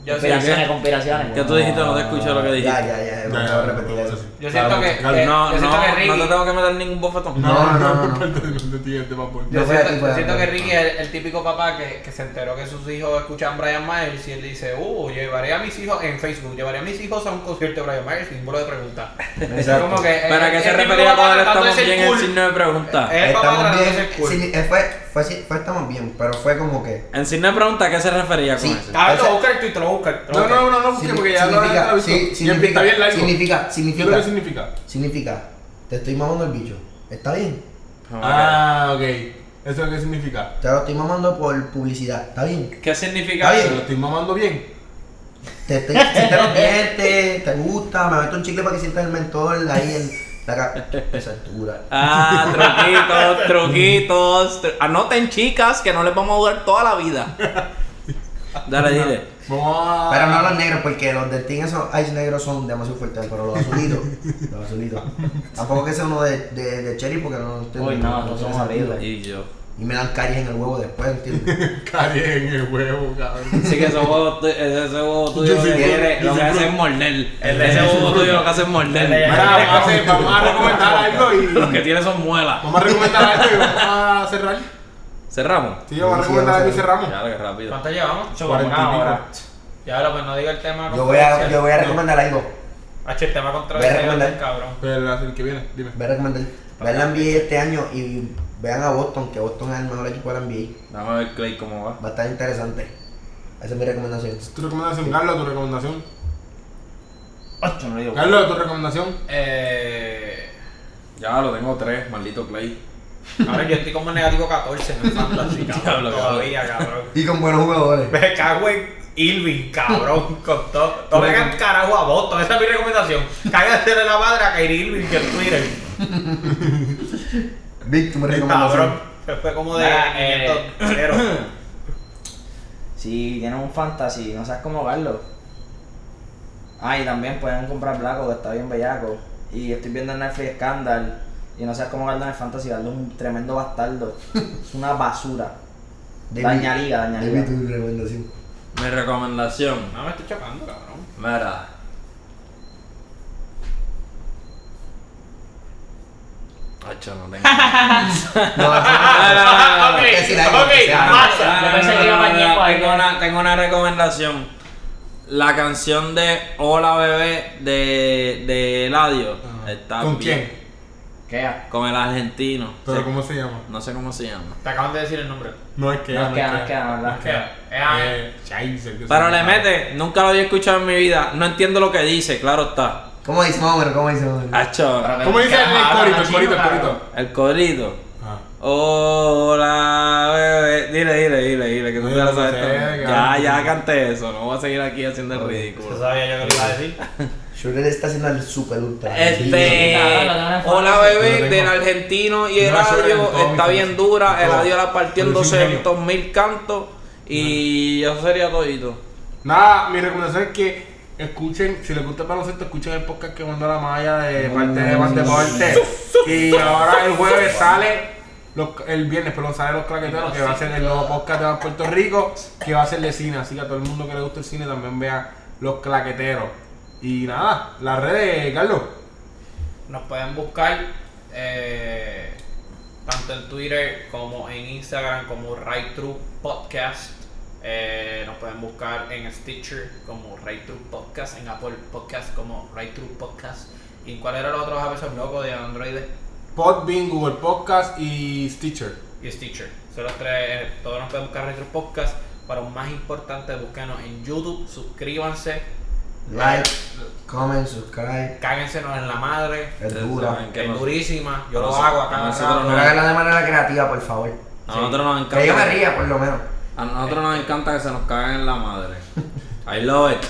Speaker 1: Yo siento,
Speaker 5: Conspiraciones, conspiraciones.
Speaker 3: Ya tú dijiste, no te escuché lo que dijiste.
Speaker 2: ya, ya, ya, vamos a repetir eso.
Speaker 1: yo siento que.
Speaker 4: Claro,
Speaker 1: eh,
Speaker 3: no, no,
Speaker 1: yo siento que Ricky. Eh,
Speaker 3: no te tengo que meter ningún bofetón.
Speaker 2: No, no, no, no.
Speaker 4: este
Speaker 1: Yo
Speaker 2: No fue
Speaker 1: siento,
Speaker 2: a ti, fue
Speaker 1: yo
Speaker 2: a
Speaker 1: siento que
Speaker 2: Andrés.
Speaker 1: Ricky es el, el típico papá que, que se enteró que sus hijos escuchan Brian Myers y él dice, uh, llevaré a mis hijos en Facebook, llevaré a mis hijos a un concierto de Brian Myers, símbolo de pregunta.
Speaker 2: Exacto.
Speaker 1: Como que, eh,
Speaker 3: ¿Para qué
Speaker 1: el
Speaker 3: se
Speaker 1: típico
Speaker 3: refería
Speaker 1: papá
Speaker 3: cuando
Speaker 1: tratando de
Speaker 3: estamos
Speaker 1: ser
Speaker 3: bien en el
Speaker 1: cool.
Speaker 3: signo de pregunta?
Speaker 1: Eh, el papá
Speaker 2: Ah, Estamos
Speaker 1: tratando de
Speaker 2: bien.
Speaker 1: ser cool.
Speaker 2: sí, eh, fue, fue, sí, fue estamos bien, pero fue como
Speaker 1: eh.
Speaker 2: que.
Speaker 3: En signo de pregunta, ¿a qué se refería con
Speaker 2: Sí.
Speaker 3: eso?
Speaker 1: Cabrón, lo busca el Twitter, lo busca el
Speaker 4: No, no, no, no, porque, porque ya lo
Speaker 2: significa-
Speaker 4: ya lo he visto.
Speaker 2: sí,
Speaker 4: y el pie está bien
Speaker 2: significa,
Speaker 4: largo.
Speaker 2: significa,
Speaker 4: ¿Qué es lo que
Speaker 2: significa,
Speaker 4: significa?
Speaker 2: significa, te estoy mamando el bicho. Está bien.
Speaker 4: Ah, ok. ¿Eso es lo que significa?
Speaker 2: Te lo estoy mamando por publicidad. Está bien.
Speaker 3: ¿Qué significa
Speaker 2: Oye.
Speaker 4: ¿Te
Speaker 3: eso?
Speaker 4: lo estoy mamando bien?
Speaker 2: Te estoy te los dientes, te gusta, me meto un chicle para que sientas el mentol ahí en la cara. Esa altura.
Speaker 3: Ah, truquitos, truquitos. tru- Anoten, chicas, que no les vamos a durar toda la vida. Dale, dile.
Speaker 4: Vamos a...
Speaker 2: Pero no los negros, porque los del team esos ice negros son demasiado fuertes, pero los azulitos, los azulitos. Tampoco que sea uno de, de, de cherry porque no estoy
Speaker 5: Uy, no, esos son
Speaker 2: tiene sentido.
Speaker 5: horribles.
Speaker 3: Y yo.
Speaker 2: Y me dan caries en el huevo después, ¿entiendes?
Speaker 4: Carie en el huevo, cabrón.
Speaker 3: Así que ese huevo, tu- ese ese huevo tuyo
Speaker 4: Yo
Speaker 3: lo
Speaker 4: sí
Speaker 3: que
Speaker 4: quiero,
Speaker 3: quiere-
Speaker 4: yo
Speaker 3: lo que
Speaker 4: sí
Speaker 3: hace
Speaker 4: quiero.
Speaker 3: es morder.
Speaker 1: El
Speaker 3: Ese
Speaker 1: de ese
Speaker 3: huevo
Speaker 1: fruto.
Speaker 3: tuyo lo que hace es
Speaker 1: El de-
Speaker 3: morder.
Speaker 4: Mira, vamos a hacer- vamos a recomendar algo y...
Speaker 3: Lo que tiene son muelas.
Speaker 4: Vamos a recomendar algo y vamos a cerrar.
Speaker 3: Cerramos.
Speaker 4: Sí, vamos a
Speaker 2: Sí, sí,
Speaker 4: recomendar algo y
Speaker 2: vamos a
Speaker 4: cerramos.
Speaker 3: Ya, lo que rápido.
Speaker 1: ¿Cuánto llevamos?
Speaker 5: Eso, como una hora.
Speaker 1: Y ahora pues no diga el tema
Speaker 2: Yo voy a, yo
Speaker 1: controversial.
Speaker 2: voy a recomendar algo.
Speaker 1: H, el tema
Speaker 2: Voy a
Speaker 1: controversial
Speaker 2: recomendar-
Speaker 1: del cabrón.
Speaker 4: Pero el Pues que viene, dime.
Speaker 2: Voy a recomendar. Vean la NBA este año y vean a Boston, que Boston es el mejor equipo de la NBA.
Speaker 3: Dame a ver, Clay, cómo va.
Speaker 2: Va a estar interesante. Esa es mi recomendación.
Speaker 4: ¿Tu recomendación, Carlos? ¿Tu recomendación?
Speaker 5: Ocho, no lo digo.
Speaker 4: Carlos, ¿tu recomendación?
Speaker 1: Eh,
Speaker 3: Ya lo tengo tres, maldito Clay.
Speaker 1: ahora yo estoy como en negativo 14 en el fantasy, cabrón,
Speaker 3: Diablo, cabrón.
Speaker 1: todavía, cabrón.
Speaker 2: Y con buenos jugadores.
Speaker 1: Me cago en Irving, cabrón, con todo. No me hagan carajo a Boston, esa es mi recomendación. Cállate de la madre a Kyrie Irving que en Twitter.
Speaker 2: Vic, tu
Speaker 1: Cabrón,
Speaker 2: recomendación.
Speaker 1: se fue como de
Speaker 5: Nah, eh.
Speaker 1: 500 cero.
Speaker 5: Si tienen un fantasy, no sabes cómo verlo. Ah, y también pueden comprar Blaco, que está bien bellaco. Y estoy viendo en Netflix Scandal. Y no sabes cómo verlo en el fantasy, verlo es un tremendo bastardo. es una basura. Daña liga, daña
Speaker 2: David,
Speaker 5: liga.
Speaker 2: tu recomendación.
Speaker 3: Mi recomendación.
Speaker 1: No me estoy chocando, cabrón.
Speaker 3: Mira. Hacho, no tengo.
Speaker 2: No, eso
Speaker 3: Ah, no, no, no, no.
Speaker 2: que decir algo, que sea algo.
Speaker 5: pasa? Yo pensé que iba más tiempo ahí.
Speaker 3: Tengo una, tengo una recomendación. La canción de Hola Bebé de, de Eladio. Está
Speaker 4: ¿Con
Speaker 3: bien.
Speaker 4: quién?
Speaker 5: ¿Qué?
Speaker 3: Con el argentino.
Speaker 4: ¿Pero
Speaker 3: Sí.
Speaker 4: cómo se llama?
Speaker 3: No sé cómo se llama.
Speaker 1: Te acaban de decir el nombre. ah,
Speaker 4: No es que...
Speaker 5: No es que, no es que, no es
Speaker 1: No es que-
Speaker 4: Eh, Chaser, que
Speaker 3: Pero
Speaker 4: se
Speaker 3: le
Speaker 4: llama.
Speaker 3: mete, nunca lo había escuchado en mi vida. No entiendo lo que dice, claro está.
Speaker 2: ¿Cómo dice más o menos? ¿Cómo dice más o menos?
Speaker 3: Hacho,
Speaker 4: ¿Cómo dice
Speaker 1: ah,
Speaker 4: el corito? El corito, el corito.
Speaker 3: el corito.
Speaker 4: Ah.
Speaker 3: Hola, bebé. Dile, dile, dile, dile, que tú
Speaker 4: Oye,
Speaker 3: te la
Speaker 4: no
Speaker 3: sabes
Speaker 4: sé,
Speaker 3: todo. Ya,
Speaker 4: cabrón.
Speaker 3: ya canté eso. No voy a seguir aquí haciendo el
Speaker 1: Eso
Speaker 3: ridículo.
Speaker 1: sabía yo que lo iba a decir.
Speaker 2: Shurel está haciendo el super ultra.
Speaker 3: Este, hola
Speaker 4: Lo
Speaker 3: bebé
Speaker 4: tengo.
Speaker 3: del argentino y
Speaker 4: No
Speaker 3: el
Speaker 4: la suena en
Speaker 3: audio
Speaker 4: todo mi
Speaker 3: está bien
Speaker 4: corazón.
Speaker 3: dura. El
Speaker 4: Todo.
Speaker 3: audio la partió en
Speaker 4: Pero es un genio.
Speaker 3: 200 mil cantos y eso sería todito.
Speaker 4: Nada, mi recomendación es que escuchen, si les gusta el baloncesto, escuchen el podcast que mandó la Maya de parte de Más Deporte. Y ahora el jueves sale, los- el viernes, perdón, sale Los Claqueteros, que va a ser el nuevo podcast de Más Puerto Rico, que va a ser de cine. Así que a todo el mundo que le gusta el cine también vea Los Claqueteros. Y nada, las redes, Carlos.
Speaker 1: Nos pueden buscar eh, tanto en Twitter como en Instagram como Right True Podcast. Eh, nos pueden buscar en Stitcher como Right True Podcast, en Apple Podcast como Right True Podcast. ¿Y cuál era el otro a veces loco de Android
Speaker 4: Podbean, Google Podcast y Stitcher.
Speaker 1: y Stitcher? Son los tres, eh, todos nos pueden buscar Right True Podcast. Para más importante, búsquenos en YouTube, suscríbanse,
Speaker 2: Like, comment, subscribe.
Speaker 1: cáguensenos en la madre,
Speaker 2: Es
Speaker 3: Ustedes
Speaker 2: dura.
Speaker 3: saben que
Speaker 1: que es
Speaker 3: nos-
Speaker 1: durísima, yo lo
Speaker 3: nosotros-
Speaker 1: hago acá.
Speaker 3: nosotros
Speaker 2: Pero háganla de manera creativa, por favor.
Speaker 3: A nosotros nos
Speaker 2: Que yo me
Speaker 3: encanta.
Speaker 2: ría, por lo menos.
Speaker 3: A nosotros nos encanta que se nos caguen en la madre. I love it.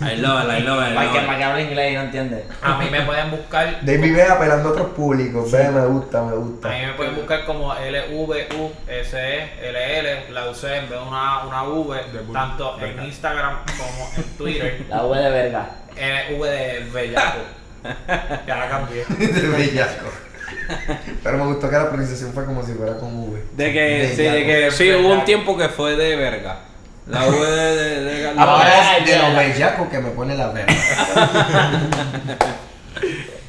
Speaker 3: I love it, I love it. I
Speaker 5: Para
Speaker 3: love
Speaker 5: que,
Speaker 3: it.
Speaker 5: para que hable inglés y no entiende.
Speaker 1: A mí me pueden buscar.
Speaker 2: David Vega apelando a otros públicos. Ve, me gusta, me
Speaker 1: A
Speaker 2: gusta.
Speaker 1: mí me pueden buscar como LVUSELL, la usé en vez de una, una V,
Speaker 4: De bu-
Speaker 1: tanto en
Speaker 4: verga.
Speaker 1: Instagram como en Twitter.
Speaker 5: La V de verga.
Speaker 1: LV de Bellaco. Ya la cambié.
Speaker 2: De bellaco. Pero me gustó que la pronunciación fue como si fuera con V.
Speaker 3: De que, sí, de que, sí, hubo un tiempo que fue de verga. La V de, de, de-
Speaker 5: Ah,
Speaker 3: no.
Speaker 2: Ahora
Speaker 5: Ahora
Speaker 2: es
Speaker 5: es
Speaker 2: de los
Speaker 5: bellaco.
Speaker 2: bellacos que me pone la verga.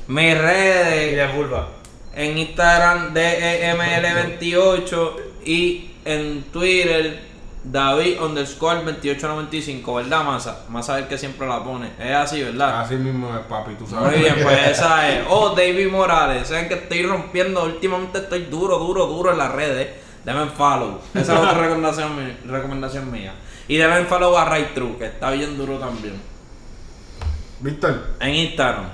Speaker 3: Mis
Speaker 1: Y
Speaker 3: redes
Speaker 1: de vulva.
Speaker 3: en Instagram E DEML28 y en Twitter David underscore 2895, ¿verdad, Masa? Masa es el que siempre la pone. Es así, ¿verdad?
Speaker 4: Así mismo es papi, tú sabes.
Speaker 3: Muy bien, pues esa es. Oh, David Morales. Saben que estoy rompiendo. Últimamente estoy duro, duro, duro en las redes. Deben follow. Esa es otra recomendación, mi- recomendación mía. Y deben follow a Ray True, que está bien duro también.
Speaker 4: Víctor,
Speaker 3: En Instagram.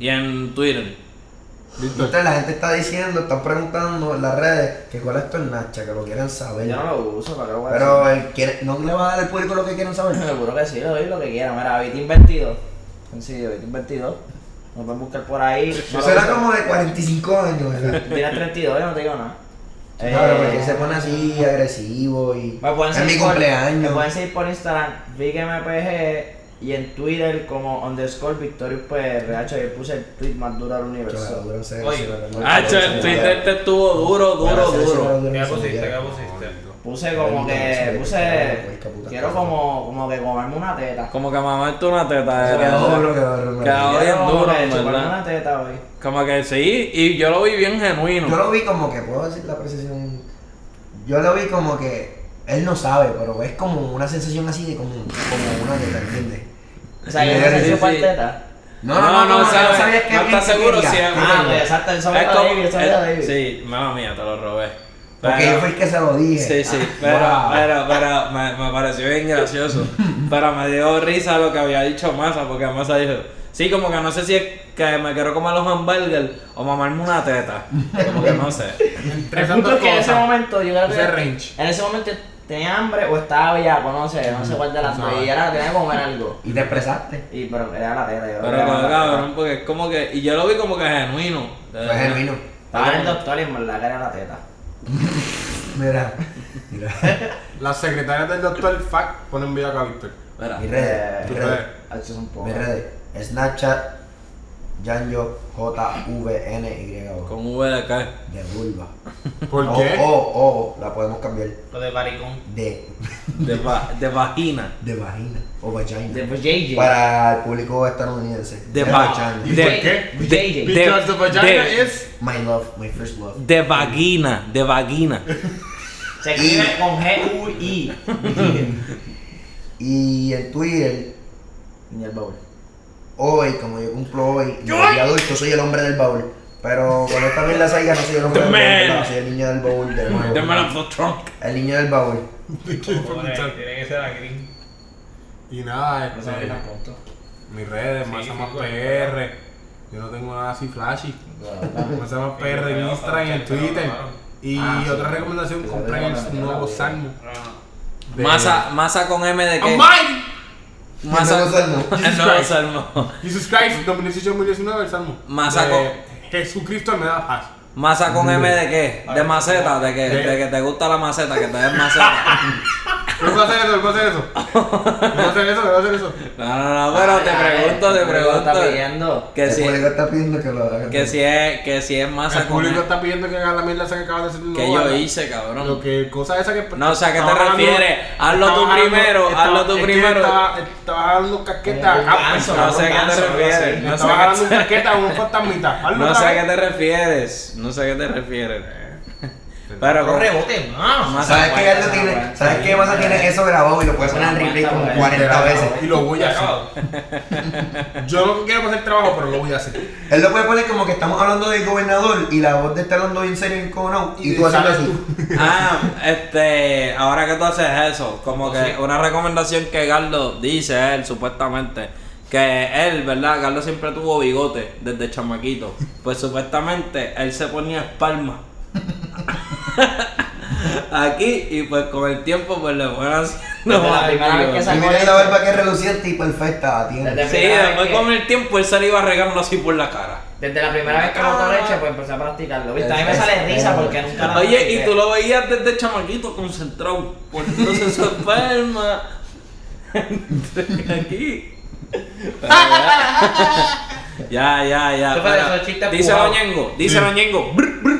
Speaker 3: Y en Twitter.
Speaker 4: Víctor.
Speaker 2: Entonces la gente está diciendo, están preguntando en las redes que cuál es tu Nacha, que lo quieren saber.
Speaker 5: Yo no lo uso, ¿para qué lo voy a
Speaker 2: Pero él quiere- no le va a dar al público lo que quieren saber.
Speaker 5: decir? Seguro que sí, le doy lo que quiera. Mira, Vitín 22. Sencillo, Vitín 22. Nos pueden buscar por ahí. No lo
Speaker 2: Será
Speaker 5: uso.
Speaker 2: como de 45 años, ¿verdad?
Speaker 5: Tienes 32, yo no te digo nada. Eh,
Speaker 2: No, pero porque se pone así agresivo y.
Speaker 5: me pueden
Speaker 2: es mi
Speaker 5: seguir por- Me
Speaker 2: cumpleaños.
Speaker 5: pueden seguir por Instagram, VigMPG y en Twitter como underscore Victorious PRH. Yo puse el tweet más duro del
Speaker 2: Chaval,
Speaker 5: universo.
Speaker 2: duro, en serio,
Speaker 1: Oye.
Speaker 2: se lo
Speaker 5: Pues,
Speaker 2: recuerdo.
Speaker 3: Ah, en Twitter te estuvo duro, duro,
Speaker 2: Se lo
Speaker 3: duro.
Speaker 2: recuerdo,
Speaker 1: ¿Qué
Speaker 2: se lo
Speaker 1: pusiste? ¿Qué
Speaker 2: recuerdo.
Speaker 1: pusiste?
Speaker 5: Puse como
Speaker 2: Ay,
Speaker 5: que.
Speaker 2: no,
Speaker 5: Puse.
Speaker 2: sí, puerca puta
Speaker 5: Quiero
Speaker 2: casa.
Speaker 5: como, como que comerme una teta.
Speaker 3: Como que mamaste una teta.
Speaker 2: Se
Speaker 3: eh.
Speaker 2: quedó duro, quedó
Speaker 3: Quedó
Speaker 2: duro, quedó
Speaker 3: bien
Speaker 5: Quiero como
Speaker 3: duro,
Speaker 5: que
Speaker 3: en
Speaker 5: chuparme
Speaker 3: verdad.
Speaker 5: una teta hoy.
Speaker 3: Como que sí. Y yo lo vi bien genuino.
Speaker 2: duro. Yo lo vi como que, puedo decir la precisión. Yo lo vi como que. Él no sabe, pero es como una sensación así de como, como una que te entiendes.
Speaker 5: O sea,
Speaker 2: Sí,
Speaker 5: yo no sé
Speaker 2: sí,
Speaker 5: si chupar
Speaker 3: sí.
Speaker 5: teta.
Speaker 2: No, no, no, no, no,
Speaker 3: sabe,
Speaker 2: sabías que
Speaker 3: no
Speaker 2: alguien
Speaker 3: está
Speaker 2: que
Speaker 3: seguro
Speaker 2: quería.
Speaker 3: si es-
Speaker 5: Ah, pues exacto, el sobre
Speaker 3: Es
Speaker 5: de
Speaker 3: como-
Speaker 5: David, el sobre de
Speaker 3: es-
Speaker 5: David.
Speaker 3: Sí, mamá mía, te lo robé.
Speaker 2: Porque
Speaker 3: Pero-
Speaker 2: yo fui el que se lo dije.
Speaker 3: Sí, sí,
Speaker 2: Ah,
Speaker 3: pero,
Speaker 2: wow.
Speaker 3: pero, pero me, me pareció bien gracioso. Pero me dio risa lo que había dicho Masa, porque Masa dijo, sí, como que no sé si es que me quiero comer los hamburgers o mamarme una teta. Como que no sé.
Speaker 5: El
Speaker 4: Entre
Speaker 5: punto
Speaker 4: tantas
Speaker 5: es que en ese
Speaker 4: cosas.
Speaker 5: momento yo creo que.
Speaker 4: Ese range.
Speaker 5: En ese momento tenía hambre o estaba ya, pues, no sé, no sé cuál de las
Speaker 4: no
Speaker 5: dos.
Speaker 4: sabe.
Speaker 5: Y era que tenía que comer algo.
Speaker 2: Ah, Y te expresaste.
Speaker 5: Y pero era la teta, yo creo que
Speaker 3: Pero
Speaker 5: era la
Speaker 3: como
Speaker 5: teta.
Speaker 3: cabrón, porque es como que. Y yo lo vi como que genuino. de
Speaker 2: Fue
Speaker 3: verdad.
Speaker 2: genuino.
Speaker 5: Estaba en el doctor y en verdad que era la teta.
Speaker 2: Mira, mira.
Speaker 4: Las secretarias del doctor Fac ponen vida acá, Víctor.
Speaker 3: Mira,
Speaker 2: Mi
Speaker 5: Eh,
Speaker 2: redes, mis redes,
Speaker 5: Ah, Eso es un poco.
Speaker 2: mis redes. Snapchat, Janjo, J-V-N-Y.
Speaker 3: con V de acá.
Speaker 2: De vulva.
Speaker 4: ¿Por
Speaker 5: Oh,
Speaker 2: O,
Speaker 4: qué?
Speaker 2: o, o, la podemos cambiar
Speaker 1: Lo de baricón.
Speaker 2: de,
Speaker 3: De, va- de vagina.
Speaker 2: de vagina o vagina.
Speaker 5: Después JJ.
Speaker 2: Para el público estadounidense.
Speaker 3: De
Speaker 2: vagina.
Speaker 3: vagina.
Speaker 4: ¿Y por qué?
Speaker 3: de-
Speaker 5: JJ.
Speaker 4: Because the vagina
Speaker 3: de-
Speaker 4: is.
Speaker 2: My love, my first love.
Speaker 3: De vagina, de vagina.
Speaker 5: Se escribe con G-U-I.
Speaker 2: Y en Twitter,
Speaker 5: Ni el baúl.
Speaker 2: hoy, como yo cumplo hoy, yo soy adulto, soy el hombre del baúl. Pero cuando también las salga, no soy el hombre
Speaker 3: The
Speaker 2: del baúl,
Speaker 3: man.
Speaker 2: no, soy el niño del baúl. del baúl.
Speaker 3: De man of the trunk.
Speaker 2: El niño del baúl.
Speaker 1: Tiene que ser a Green.
Speaker 4: Y nada,
Speaker 5: No se me
Speaker 4: este,
Speaker 5: quitan puntos.
Speaker 4: mis redes,
Speaker 1: Sí,
Speaker 4: más
Speaker 1: sí,
Speaker 4: más
Speaker 1: sí,
Speaker 4: PR. Yo no tengo nada así flashy. Más más
Speaker 1: Sí,
Speaker 4: PR en
Speaker 1: pero-
Speaker 4: Instagram y en
Speaker 1: pero-
Speaker 4: Twitter.
Speaker 1: claro.
Speaker 4: Y
Speaker 5: Ah, sí.
Speaker 4: otra recomendación,
Speaker 5: Sí,
Speaker 4: compren
Speaker 5: sí, sí,
Speaker 4: el nuevo
Speaker 5: sí.
Speaker 4: Salmo.
Speaker 1: Ah,
Speaker 4: de- Oh
Speaker 3: Masa, masa con M de qué?
Speaker 4: ¡Amén!
Speaker 3: Masa.
Speaker 2: El nuevo salmo.
Speaker 3: El nuevo salmo.
Speaker 4: Jesus Christ, 2018-2019, el Salmo.
Speaker 3: Masa
Speaker 4: De
Speaker 3: con-
Speaker 4: Jesucristo me da paz.
Speaker 3: ¿Masa con M de qué? De maceta, de que,
Speaker 4: De-
Speaker 3: de que te gusta la maceta, que te den maceta.
Speaker 4: No puedo hacer eso, no puedo hacer eso. No puedo hacer eso, no puedo hacer eso.
Speaker 3: No, no, no, pero te
Speaker 5: Ay, ay,
Speaker 3: pregunto, te
Speaker 5: el público Está
Speaker 3: pregunto.
Speaker 5: pidiendo.
Speaker 3: Que
Speaker 2: el
Speaker 3: si,
Speaker 2: público está pidiendo que lo hagan.
Speaker 3: que si es, que si es
Speaker 4: El
Speaker 3: masa con
Speaker 4: público
Speaker 3: M.
Speaker 4: está pidiendo que haga la mierda esa que acabas de hacer. no
Speaker 3: Que
Speaker 4: haga.
Speaker 3: yo hice,
Speaker 4: Lo
Speaker 3: cabrón.
Speaker 4: que cosa esa que.
Speaker 3: No, o sea, ¿qué te
Speaker 4: estaba jalando-
Speaker 3: refieres? Hazlo tú
Speaker 4: estaba jalando-
Speaker 3: primero,
Speaker 4: estaba-
Speaker 3: hazlo tú
Speaker 4: es que
Speaker 3: primero.
Speaker 4: Estaba, estaba dando casqueta
Speaker 1: pues,
Speaker 5: Eh,
Speaker 4: a Campbell.
Speaker 5: ganso,
Speaker 3: No sé a qué te
Speaker 5: Algo así.
Speaker 3: refieres. No sé
Speaker 4: Estaba
Speaker 3: a
Speaker 4: dando un casqueta a un fantasmita.
Speaker 3: qué-
Speaker 4: Hazlo
Speaker 3: No sé
Speaker 4: otra
Speaker 3: a qué
Speaker 4: vez.
Speaker 3: te refieres. No sé a qué te refieres.
Speaker 4: Eh.
Speaker 3: Pero
Speaker 1: No
Speaker 3: con
Speaker 1: rebote más.
Speaker 3: masa
Speaker 2: ¿Sabes qué?
Speaker 5: Aguanta,
Speaker 2: Él lo tiene,
Speaker 5: aguanta.
Speaker 2: ¿Sabes qué? Vas a tener eso grabado y lo puedes poner en replay como
Speaker 5: Aguanta,
Speaker 2: 40 veces.
Speaker 4: Y lo voy a hacer.
Speaker 1: Acabado.
Speaker 4: Yo no quiero pasar trabajo, pero lo voy a hacer.
Speaker 2: Él lo puede poner como que estamos hablando del gobernador y la voz de estar hablando bien serio en Cono y, tú haciendo
Speaker 4: sales
Speaker 2: así.
Speaker 4: tú.
Speaker 3: Ah, este, ahora que tú haces eso,
Speaker 5: Oh,
Speaker 3: como que una recomendación que Gardo dice él, supuestamente, que él, ¿verdad? Gardo siempre tuvo bigote desde chamaquito. Pues supuestamente él se ponía espalma. Aquí y pues con el tiempo pues le fueron haciendo No,
Speaker 5: desde la
Speaker 3: ay,
Speaker 5: primera vez
Speaker 3: Dios.
Speaker 5: que
Speaker 2: Y
Speaker 5: salió.
Speaker 2: mira la barba que es reluciente y perfecta la tiene.
Speaker 5: Desde-
Speaker 3: Sí, después con el tiempo él se le iba regando así por la cara.
Speaker 5: Desde la primera vez que botó leche, pues empecé a practicarlo. ¿viste? A mí me sale risa porque nunca la
Speaker 3: Oye, y
Speaker 5: practiqué.
Speaker 3: tú lo veías desde chamaquito concentrado, poniéndose su esperma. Aquí. Pero ya, ya, ya.
Speaker 5: Eso fue de esos
Speaker 3: ya.
Speaker 5: chistes
Speaker 3: Dice
Speaker 5: pujados.
Speaker 3: Oñengo, dice Oñengo. brr, brr.